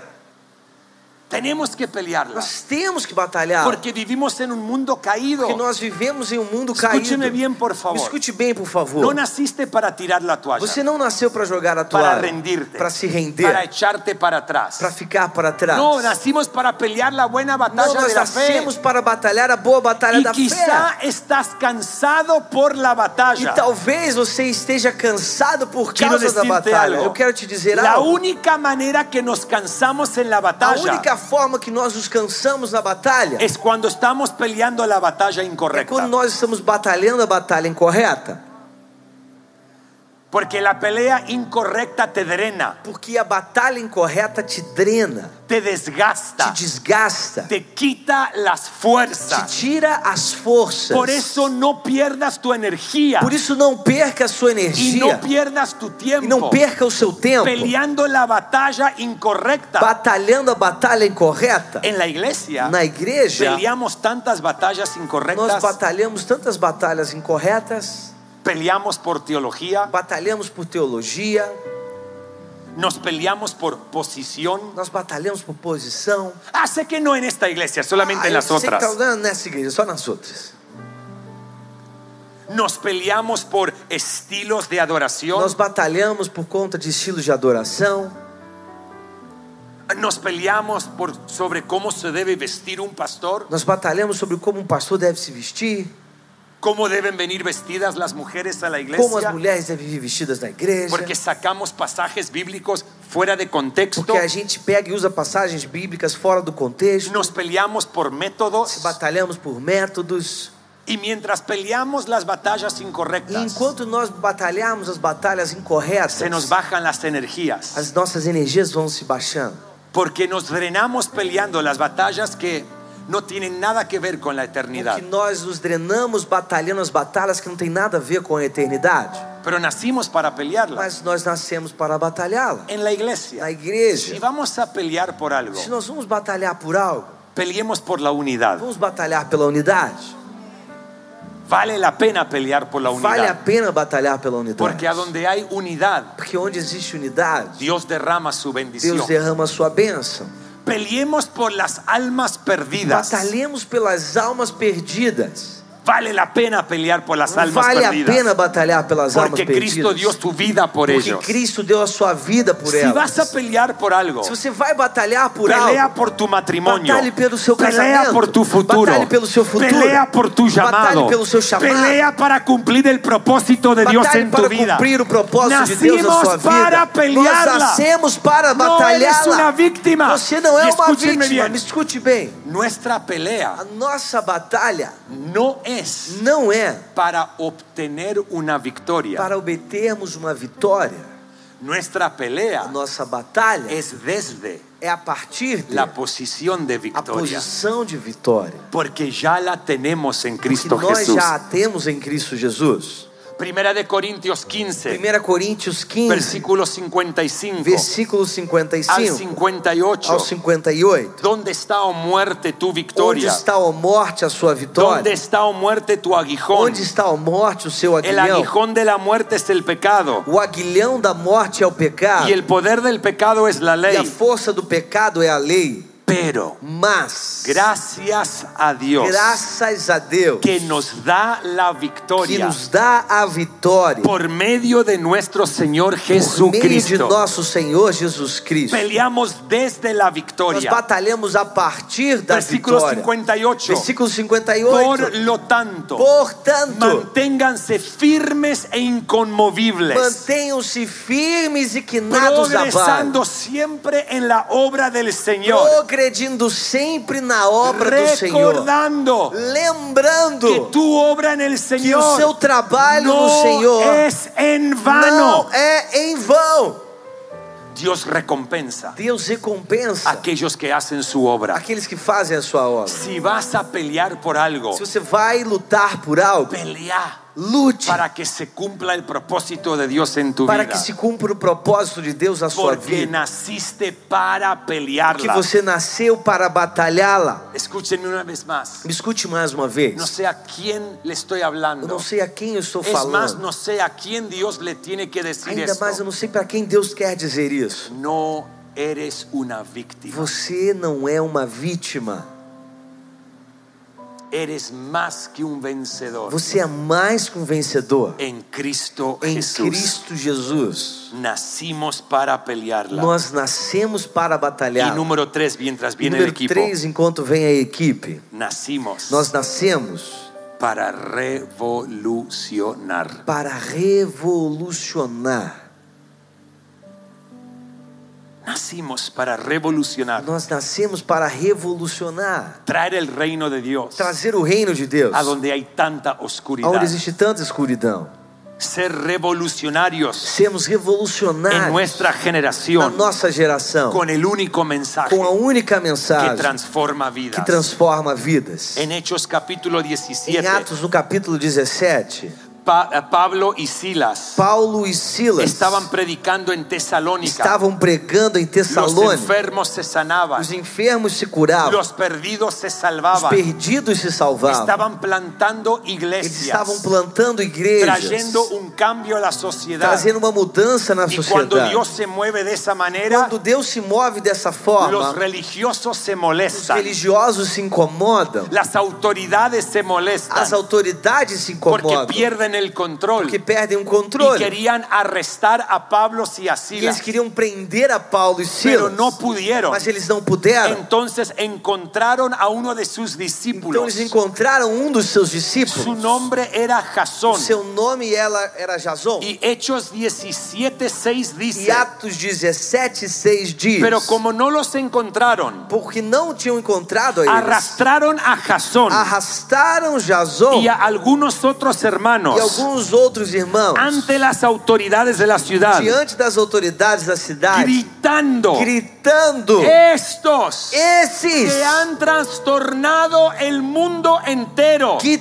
S2: Tenemos que pelearla.
S3: Nós temos que batalhar.
S2: Porque vivimos en un mundo caído.
S3: Porque nós vivemos em um mundo caído.
S2: Escúcheme bien, por favor.
S3: Me escute bem, por favor.
S2: No naciste para tirar la toalla.
S3: Você não nasceu para jogar a toalha,
S2: para rendirte.
S3: para se
S2: Para
S3: render,
S2: echarte para atrás.
S3: para ficar para trás.
S2: No, nacimos para pelear la buena
S3: Não,
S2: batalla
S3: nós
S2: de la fe.
S3: nascemos para batalhar a boa batalha
S2: Y
S3: da
S2: quizá
S3: fé.
S2: estás cansado por la batalla.
S3: E talvez você esteja cansado por
S2: Quiero
S3: causa da
S2: decirte
S3: batalha.
S2: algo.
S3: Eu quero te dizer
S2: la
S3: algo.
S2: única manera que nos cansamos en la
S3: A
S2: batalla
S3: única forma que nós nos cansamos na batalha
S2: es cuando estamos peleando la batalla
S3: é
S2: incorrecta.
S3: quando nós estamos batalhando a batalha incorreta.
S2: Porque la pelea incorrecta te drena,
S3: Porque a batalha incorreta te drena,
S2: te
S3: te
S2: desgasta,
S3: desgasta,
S2: te quita las
S3: te
S2: fuerzas.
S3: tira as forças.
S2: Por eso no pierdas tu energía
S3: Por isso não perca a sua
S2: y
S3: energia
S2: no pierdas pues. tu
S3: e não
S2: tiempo
S3: perca o seu tempo
S2: peleando la batalla incorrecta.
S3: batalhando a batalha incorreta.
S2: En la iglesia
S3: Na igreja,
S2: peleamos tantas batallas
S3: nós
S2: incorrectas.
S3: batalhamos tantas batalhas incorretas,
S2: Peleamos por teología,
S3: batalhamos por teologia,
S2: nos peleamos por posición.
S3: nós batalhamos por posição.
S2: Ah, sé que no en esta iglesia, solamente
S3: Ah,
S2: en
S3: eu
S2: las
S3: sei que
S2: otras.
S3: tá olhando nessa igreja, só nas outras.
S2: Nos peleamos por estilos de adoración.
S3: Nós batalhamos por conta de estilos de adoração,
S2: Nos peleamos por sobre cómo se debe vestir un pastor,
S3: nós batalhamos sobre como um pastor deve se vestir,
S2: cómo deben venir vestidas las mujeres a la
S3: como as
S2: iglesia,
S3: mulheres devem vir vestidas na igreja.
S2: porque sacamos pasajes bíblicos fuera de contexto.
S3: Porque a gente pega e usa passagens bíblicas fora do contexto,
S2: Nos peleamos por métodos
S3: batalhamos por métodos.
S2: y mientras peleamos las batallas
S3: E
S2: incorrectas,
S3: enquanto nós batalharmos as batalhas incorretas,
S2: se nos bajan las energías,
S3: as nossas energias vão se baixando.
S2: porque nos drenamos peleando las batallas que no tienen nada que ver con la eternidad.
S3: Porque nós nos drenamos batalhando as batalhas que não tem nada a ver com a eternidade.
S2: Pero nacimos para pelearlas
S3: Mas nós nascemos para batalhá-la.
S2: en la
S3: Na
S2: iglesia. Si
S3: igreja,
S2: vamos a pelear por algo,
S3: se nós vamos batalhar por algo,
S2: peleemos por la unidad.
S3: vamos batalhar pela unidade.
S2: Vale la pena pelear por la
S3: Vale a
S2: unidad.
S3: pena batalhar pela
S2: Porque a
S3: unidade.
S2: donde hay unidad,
S3: Porque onde existe unidade,
S2: Dios derrama su
S3: Deus
S2: bendición.
S3: derrama a sua bênção.
S2: Peleemos por las almas perdidas.
S3: Batalhemos pelas almas perdidas.
S2: Vale la pena pelear por las almas
S3: Vale a
S2: perdidas.
S3: pena batalhar pelas almas
S2: Porque Cristo dio
S3: perdidas.
S2: su vida por
S3: Porque
S2: ellos.
S3: Cristo deu a sua vida por
S2: Si vas a
S3: elas.
S2: pelear por algo,
S3: Se você vai batalhar por algo,
S2: pelea por tu matrimonio.
S3: Batalhe pelo seu
S2: Pelea
S3: casamento.
S2: por tu futuro.
S3: Batalhe pelo seu futuro.
S2: Pelea por tu llamado.
S3: Batalhe pelo seu chamado.
S2: Pelea para cumplir el propósito de Dios
S3: Batalhe
S2: en tu
S3: para
S2: vida.
S3: cumprir o propósito de Deus na
S2: Nacimos
S3: sua
S2: para
S3: vida.
S2: pelearla.
S3: Nós nascemos para
S2: No eres una
S3: batalhá-la.
S2: víctima.
S3: Você não
S2: Y
S3: é uma
S2: escúchenme
S3: vítima.
S2: bien.
S3: Me escute bem.
S2: Nuestra pelea
S3: A nossa batalha
S2: no es
S3: Não é
S2: para obtener una victoria.
S3: para obtermos uma vitória.
S2: Nuestra
S3: A
S2: pelea
S3: nossa batalha
S2: es desde
S3: é a partir de
S2: la posición de
S3: a
S2: victoria.
S3: posição de vitória.
S2: Porque ya la tenemos en
S3: Que
S2: Cristo
S3: nós
S2: Jesús.
S3: já a temos em Cristo Jesus.
S2: Primera de Corintios 15,
S3: 1 Coríntios 15,
S2: versículo 55
S3: versículo
S2: al
S3: 55
S2: 58.
S3: ao 58.
S2: ¿Dónde está o muerte tu
S3: Onde
S2: victoria?
S3: está a morte a sua
S2: ¿Dónde
S3: vitória?
S2: está o muerte tu aguijón?
S3: Onde está a morte o seu
S2: El
S3: aguilhão?
S2: aguijón de la muerte es el pecado.
S3: O aguilhão da morte é o pecado.
S2: Y el poder del pecado es la
S3: E a
S2: ley.
S3: força do pecado é a lei.
S2: Pero
S3: Mas,
S2: gracias a Dios
S3: graças a Deus,
S2: que nos da la
S3: que
S2: victoria
S3: nos dá a vitória
S2: por medio de nuestro Señor
S3: por meio de
S2: Jesucristo.
S3: nosso Senhor Jesus Cristo.
S2: Peleamos desde la
S3: Nós
S2: victoria.
S3: batalhamos a partir da
S2: Versículo
S3: vitória.
S2: 58.
S3: Versículo 58.
S2: Por lo tanto,
S3: Portanto,
S2: manténganse firmes e inconmovibles,
S3: mantenham-se firmes e que nada os abale.
S2: progresando siempre en la obra del Señor,
S3: Progredindo sempre na obra do Senhor.
S2: recordando que
S3: Lembrando
S2: tu obra en el
S3: que o seu
S2: Señor
S3: trabalho no
S2: no
S3: Senhor
S2: es en vano.
S3: não é em vão.
S2: Dios recompensa
S3: Deus
S2: a
S3: recompensa
S2: aquellos que hacen su obra.
S3: aqueles que fazem a sua obra.
S2: Si vas a pelear por algo,
S3: Se você vai lutar por algo,
S2: pelea
S3: lute
S2: para que se cumpla el propósito de Dios en tu
S3: para que
S2: vida.
S3: se cumpra o propósito de Deus na sua
S2: Porque
S3: vida.
S2: naciste para
S3: Que
S2: pelearla.
S3: você nasceu para batalhá-la.
S2: Escúchenme una vez más.
S3: Me escute mais uma
S2: No
S3: vez.
S2: sé a quién le estoy
S3: Eu não É
S2: hablando.
S3: sei a quem eu estou
S2: Es más,
S3: falando.
S2: no sé a quién Dios le tiene que decir
S3: Ainda mais,
S2: esto.
S3: eu não sei para quem Deus quer dizer isso.
S2: No eres una víctima.
S3: Você não é uma vítima.
S2: Eres más que un vencedor.
S3: Você é mais que um vencedor.
S2: En Cristo
S3: Em
S2: Jesús.
S3: Cristo Jesus.
S2: Nacimos para pelearla.
S3: Nós nascemos para
S2: Y
S3: batalhar.
S2: número tres, mientras
S3: E
S2: viene el
S3: número
S2: equipo.
S3: 3, enquanto vem a equipe.
S2: Nacimos
S3: Nós nascemos
S2: para revolucionar.
S3: para revolucionar.
S2: Nacimos para revolucionar.
S3: Nós nascemos para revolucionar.
S2: Traer el reino de Dios
S3: Trazer o reino de Deus.
S2: a donde hay tanta
S3: Onde
S2: oscuridad.
S3: existe tanta escuridão.
S2: ser revolucionarios
S3: Sermos
S2: en
S3: revolucionários
S2: nuestra
S3: na
S2: generación
S3: nossa geração.
S2: con el único mensaje
S3: Com a única
S2: que
S3: mensagem
S2: transforma
S3: que
S2: vidas.
S3: transforma vidas.
S2: En Hechos capítulo
S3: Em
S2: 17,
S3: Atos, no capítulo 17,
S2: Pa- eh, Pablo y Silas
S3: Paulo e Silas
S2: estaban predicando en Tesalónica.
S3: estavam pregando em
S2: Los
S3: Tessalônica.
S2: enfermos se sanaban,
S3: Os enfermos se curavam.
S2: los perdidos se
S3: Os
S2: salvaban,
S3: perdidos se salvavam.
S2: estaban plantando
S3: Eles estavam
S2: iglesias,
S3: plantando igrejas,
S2: trayendo un cambio a la sociedad.
S3: trazendo uma mudança na
S2: Y cuando
S3: sociedade.
S2: Dios se mueve de esa manera,
S3: Quando Deus se move dessa
S2: los
S3: forma,
S2: religiosos se
S3: os
S2: molestan.
S3: religiosos se incomodam,
S2: Las autoridades se molestan
S3: as autoridades se
S2: porque
S3: incomodam,
S2: pierden el control
S3: porque perdem o
S2: y
S3: controle.
S2: querían arrestar a Pablo y a
S3: E eles
S2: Silas,
S3: queriam prender a Paulo e
S2: pero
S3: Silas,
S2: no pudieron.
S3: mas eles não puderam.
S2: Entonces encontraron a uno de sus
S3: Então
S2: discípulos.
S3: eles encontraram um dos seus discípulos.
S2: Su nombre era
S3: O
S2: Jasón.
S3: seu nome ela era Jason.
S2: Y Hechos 17:6
S3: E
S2: dice,
S3: Atos 17, 6 diz:
S2: pero como no los encontraron,
S3: Porque não tinham encontrado a eles,
S2: arrastraron Pues. a Jasón
S3: arrastaram Jason
S2: y a algunos otros
S3: e
S2: hermanos
S3: alguns outros irmãos
S2: ante las autoridades de la ciudad,
S3: diante das autoridades da cidade,
S2: gritando.
S3: gritando:
S2: É. Estos
S3: Esses
S2: que han trastornado el mundo entero
S3: que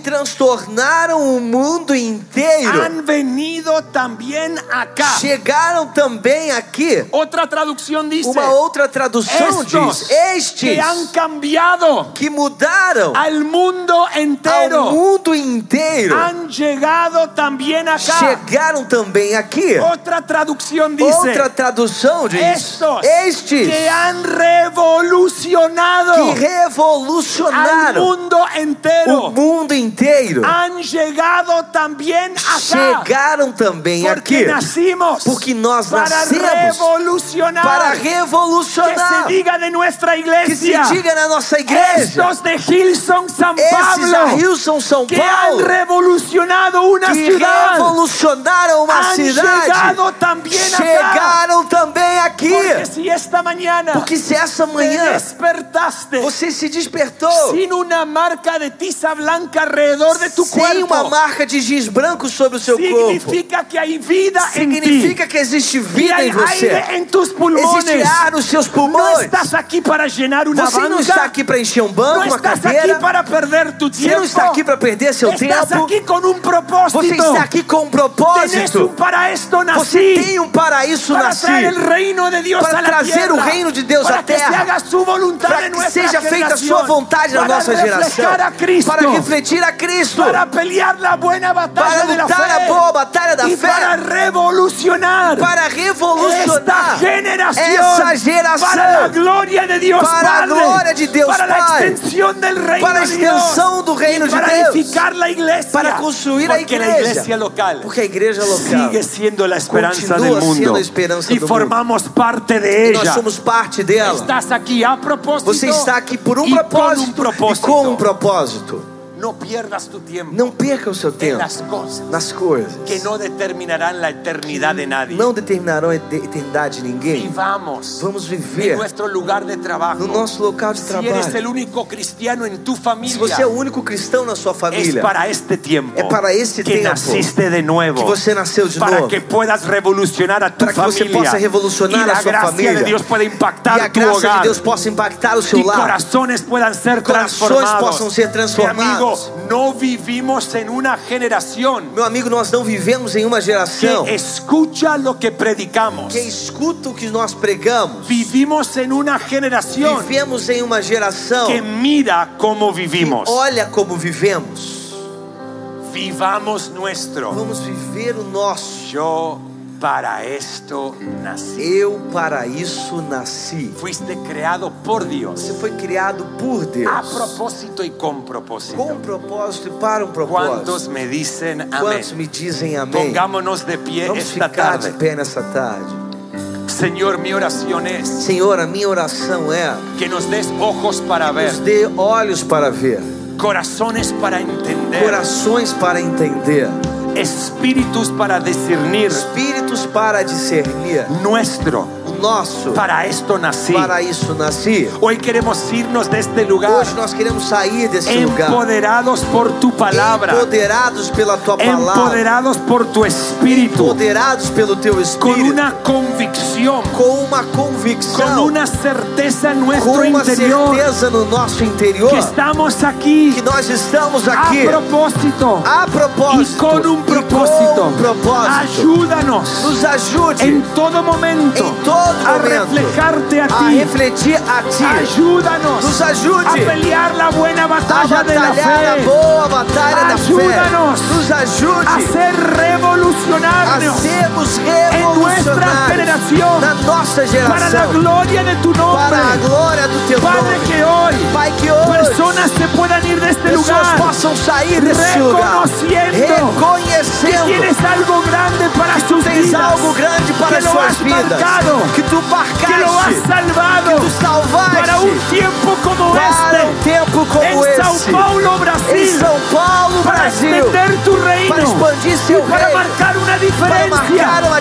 S3: transtornaram o mundo inteiro
S2: han venido también acá.
S3: chegaram também aqui.
S2: Otra traducción dice:
S3: Uma outra tradução diz:
S2: Estos que
S3: Estes
S2: han cambiado
S3: que mudaram
S2: al mundo
S3: ao
S2: entero
S3: mundo inteiro
S2: han llegado también acá.
S3: chegaram também aqui.
S2: Otra traducción
S3: Outra
S2: diz
S3: tradução diz:
S2: Estos
S3: Estes
S2: que han
S3: que
S2: revolucionado al
S3: revolucionaram
S2: mundo
S3: o
S2: entero
S3: mundo inteiro
S2: han llegado también acá.
S3: chegaram também
S2: Porque
S3: aqui.
S2: nacimos
S3: Porque nós
S2: para
S3: nascemos
S2: revolucionar.
S3: Para
S2: que se
S3: revolucionar,
S2: diga de nuestra
S3: que se
S2: iglesia.
S3: diga na nossa igreja,
S2: Estos de Hilson San
S3: esses da
S2: Pablo
S3: Wilson, São
S2: que han
S3: Paulo,
S2: revolucionado una
S3: que
S2: ciudad
S3: revolucionaram uma
S2: han
S3: cidade,
S2: llegado también acá.
S3: chegaram também aqui.
S2: Porque si esta mañana
S3: Porque se é essa
S2: te
S3: manhã
S2: despertaste
S3: você se despertou
S2: sin una marca de tiza blanca alrededor de tu
S3: sem
S2: cuerpo,
S3: uma marca de giz branco sobre o seu corpo,
S2: significa que hay vida en ti.
S3: significa que
S2: Que
S3: existe vida
S2: hay
S3: em você.
S2: aire en tus
S3: Existe
S2: pulmones.
S3: ar nos seus
S2: No
S3: pulmões.
S2: estás aquí para llenar una
S3: Você não está
S2: banca.
S3: aqui para encher um
S2: No
S3: banco, uma
S2: estás aquí
S3: cadeira.
S2: para perder tu
S3: Você
S2: tiempo.
S3: não está aqui para perder seu
S2: Estás
S3: tempo.
S2: aquí con un
S3: Você está
S2: propósito.
S3: aqui com um
S2: Tenés un
S3: propósito.
S2: para esto
S3: Você
S2: nací.
S3: tem um paraíso
S2: Para traer el
S3: nascido.
S2: reino de Dios
S3: Para
S2: a la
S3: trazer
S2: tierra.
S3: o reino de Deus
S2: para
S3: à
S2: que se
S3: terra.
S2: haga su voluntad
S3: Para
S2: en
S3: que
S2: nuestra
S3: seja feita a sua
S2: generación.
S3: vontade na
S2: Para
S3: nossa geração.
S2: reflejar a Cristo.
S3: Para refletir a Cristo.
S2: para pelear la buena batalla
S3: Para
S2: de la fe
S3: lutar a boa batalha da
S2: y
S3: fé.
S2: para revolucionar
S3: Para
S2: esta
S3: revolucionar
S2: generación
S3: essa geração.
S2: para la gloria de Dios
S3: Para a
S2: Padre,
S3: glória de Deus,
S2: para la
S3: Pai.
S2: extensión del reino
S3: Para a
S2: de Dios,
S3: extensão do reino de
S2: para
S3: Deus.
S2: edificar la iglesia
S3: Para construir a
S2: Porque
S3: igreja.
S2: la iglesia local
S3: Porque a igreja local.
S2: sigue siendo la esperanza
S3: Continua
S2: del mundo
S3: siendo a esperança
S2: y
S3: do
S2: formamos parte de
S3: E nós
S2: ella
S3: somos parte dela.
S2: estás aquí a propósito
S3: Você está aqui por um
S2: y con un
S3: propósito e
S2: propósito. então.
S3: com um propósito.
S2: no pierdas tu tiempo
S3: Não perca o seu
S2: en
S3: tempo
S2: las cosas
S3: nas coisas.
S2: que no determinarán la eternidad de nadie.
S3: Não determinarão a ete- eternidade de ninguém.
S2: Vivamos
S3: Vamos
S2: en
S3: viver
S2: nuestro lugar de trabajo.
S3: no nosso local de
S2: si eres el
S3: trabalho.
S2: único cristiano en tu
S3: Se
S2: familia,
S3: você é o único cristão na sua
S2: es
S3: família,
S2: para este tiempo.
S3: É para esse
S2: que
S3: tempo
S2: naciste de nuevo.
S3: que você nasceu de
S2: para
S3: novo.
S2: que puedas revolucionar a tu
S3: Para que você
S2: familia.
S3: possa revolucionar
S2: y la
S3: a sua
S2: gracia
S3: família.
S2: de Dios pueda impactar
S3: e a
S2: tu
S3: graça de
S2: hogar.
S3: Deus possa impactar o seu
S2: y
S3: lar.
S2: corazones puedan ser
S3: Corações
S2: transformados.
S3: possam ser
S2: Mi amigo,
S3: transformados.
S2: no vivimos en una generación
S3: Meu amigo, nós não vivemos em uma geração
S2: que escucha lo que predicamos.
S3: que escuta o que nós pregamos.
S2: Vivimos en una generación
S3: Vivemos em uma geração
S2: que mira cómo vivimos.
S3: olha como vivemos.
S2: Vivamos nuestro.
S3: Vamos viver o nosso.
S2: Yo para esto nací.
S3: Eu para isso nasci.
S2: Fuiste creado por Dios.
S3: Você foi criado por
S2: A
S3: Deus.
S2: propósito y con
S3: Com um
S2: propósito.
S3: propósito e para um
S2: ¿Cuántos
S3: propósito.
S2: me dicen
S3: Quantos me
S2: amén?
S3: dizem amém?
S2: Pongámonos de pie
S3: Vamos
S2: esta
S3: ficar
S2: tarde.
S3: de pé nessa tarde.
S2: Señor, mi oración es
S3: Senhor, a minha oração é:
S2: que nos des ojos para ver,
S3: nos dê olhos para ver,
S2: corazones para entender,
S3: corações para entender,
S2: espíritus para discernir
S3: espíritos para discernir.
S2: nuestro.
S3: O nosso,
S2: Para esto nací.
S3: para isso nasci.
S2: Hoy queremos irnos de este lugar
S3: Hoje nós queremos sair desse este lugar,
S2: empoderados por tu palabra,
S3: empoderados pela tua palavra,
S2: empoderados por tu espíritu,
S3: empoderados pelo teu
S2: con
S3: espírito,
S2: una convicción,
S3: com uma
S2: con
S3: convicção,
S2: una certeza en nuestro
S3: com uma
S2: interior
S3: certeza no nosso interior
S2: que estamos aquí
S3: que nós estamos
S2: a
S3: aqui
S2: propósito
S3: a propósito
S2: y con un
S3: e
S2: um propósito.
S3: com um propósito.
S2: Ayúdanos
S3: Nos ajude
S2: en todo momento
S3: Em todo
S2: a
S3: momento.
S2: reflejarte a
S3: a
S2: ti.
S3: refletir a ti.
S2: Ayúdanos
S3: Nos
S2: a
S3: ajude
S2: pelear la buena
S3: a
S2: batalla de la
S3: batalhar a
S2: fe.
S3: boa batalha da fé.
S2: Ajuda-nos.
S3: Nos
S2: a
S3: ajude
S2: ser
S3: a
S2: revolucionarios
S3: sermos
S2: nuestra
S3: revolucionários
S2: generación.
S3: na nossa
S2: para la
S3: geração,
S2: gloria de tu nombre.
S3: para a glória do teu
S2: Padre,
S3: nome.
S2: que hoy
S3: Pai, que hoje
S2: personas se puedan ir de este
S3: pessoas
S2: lugar
S3: possam sair desse lugar
S2: reconhecendo
S3: reconhecendo
S2: tienes algo grande para sus
S3: tens
S2: vidas,
S3: algo grande para
S2: que
S3: as
S2: lo
S3: suas
S2: has
S3: vidas,
S2: marcado,
S3: que tu
S2: que lo has
S3: marcaste,
S2: salvado
S3: que tu salvaste
S2: para un tiempo como
S3: para um
S2: este
S3: tempo como
S2: en Sao
S3: esse,
S2: Paulo,
S3: em
S2: Brasil,
S3: São Paulo,
S2: para
S3: Brasil,
S2: extender tu reino,
S3: para expandir seu
S2: para
S3: reino,
S2: marcar una diferencia,
S3: marcar una
S2: para la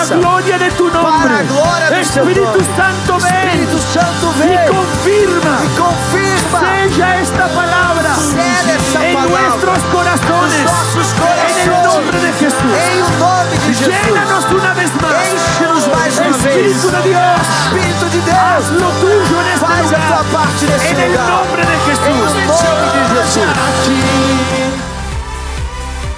S3: diferencia,
S2: gloria de tu nombre.
S3: para a glória do seu
S2: Espíritu
S3: nome.
S2: Santo, ven
S3: Espírito Santo
S2: y
S3: vem
S2: confirma,
S3: e confirma
S2: sella esta palabra
S3: Sella esta
S2: en
S3: palabra
S2: nuestros corazones,
S3: nos nossos
S2: en el nombre de
S3: corações,
S2: Jesús.
S3: em o nome de Jesus.
S2: Llénanos una vez más.
S3: Enche-nos mais uma vez.
S2: Espíritu de Dios,
S3: Espírito de
S2: haz
S3: Deus,
S2: lo tuyo en este
S3: faz a
S2: lugar.
S3: tua parte nesse
S2: En el
S3: lugar.
S2: nombre de
S3: Em o nome de
S2: Jesús.
S3: Jesus.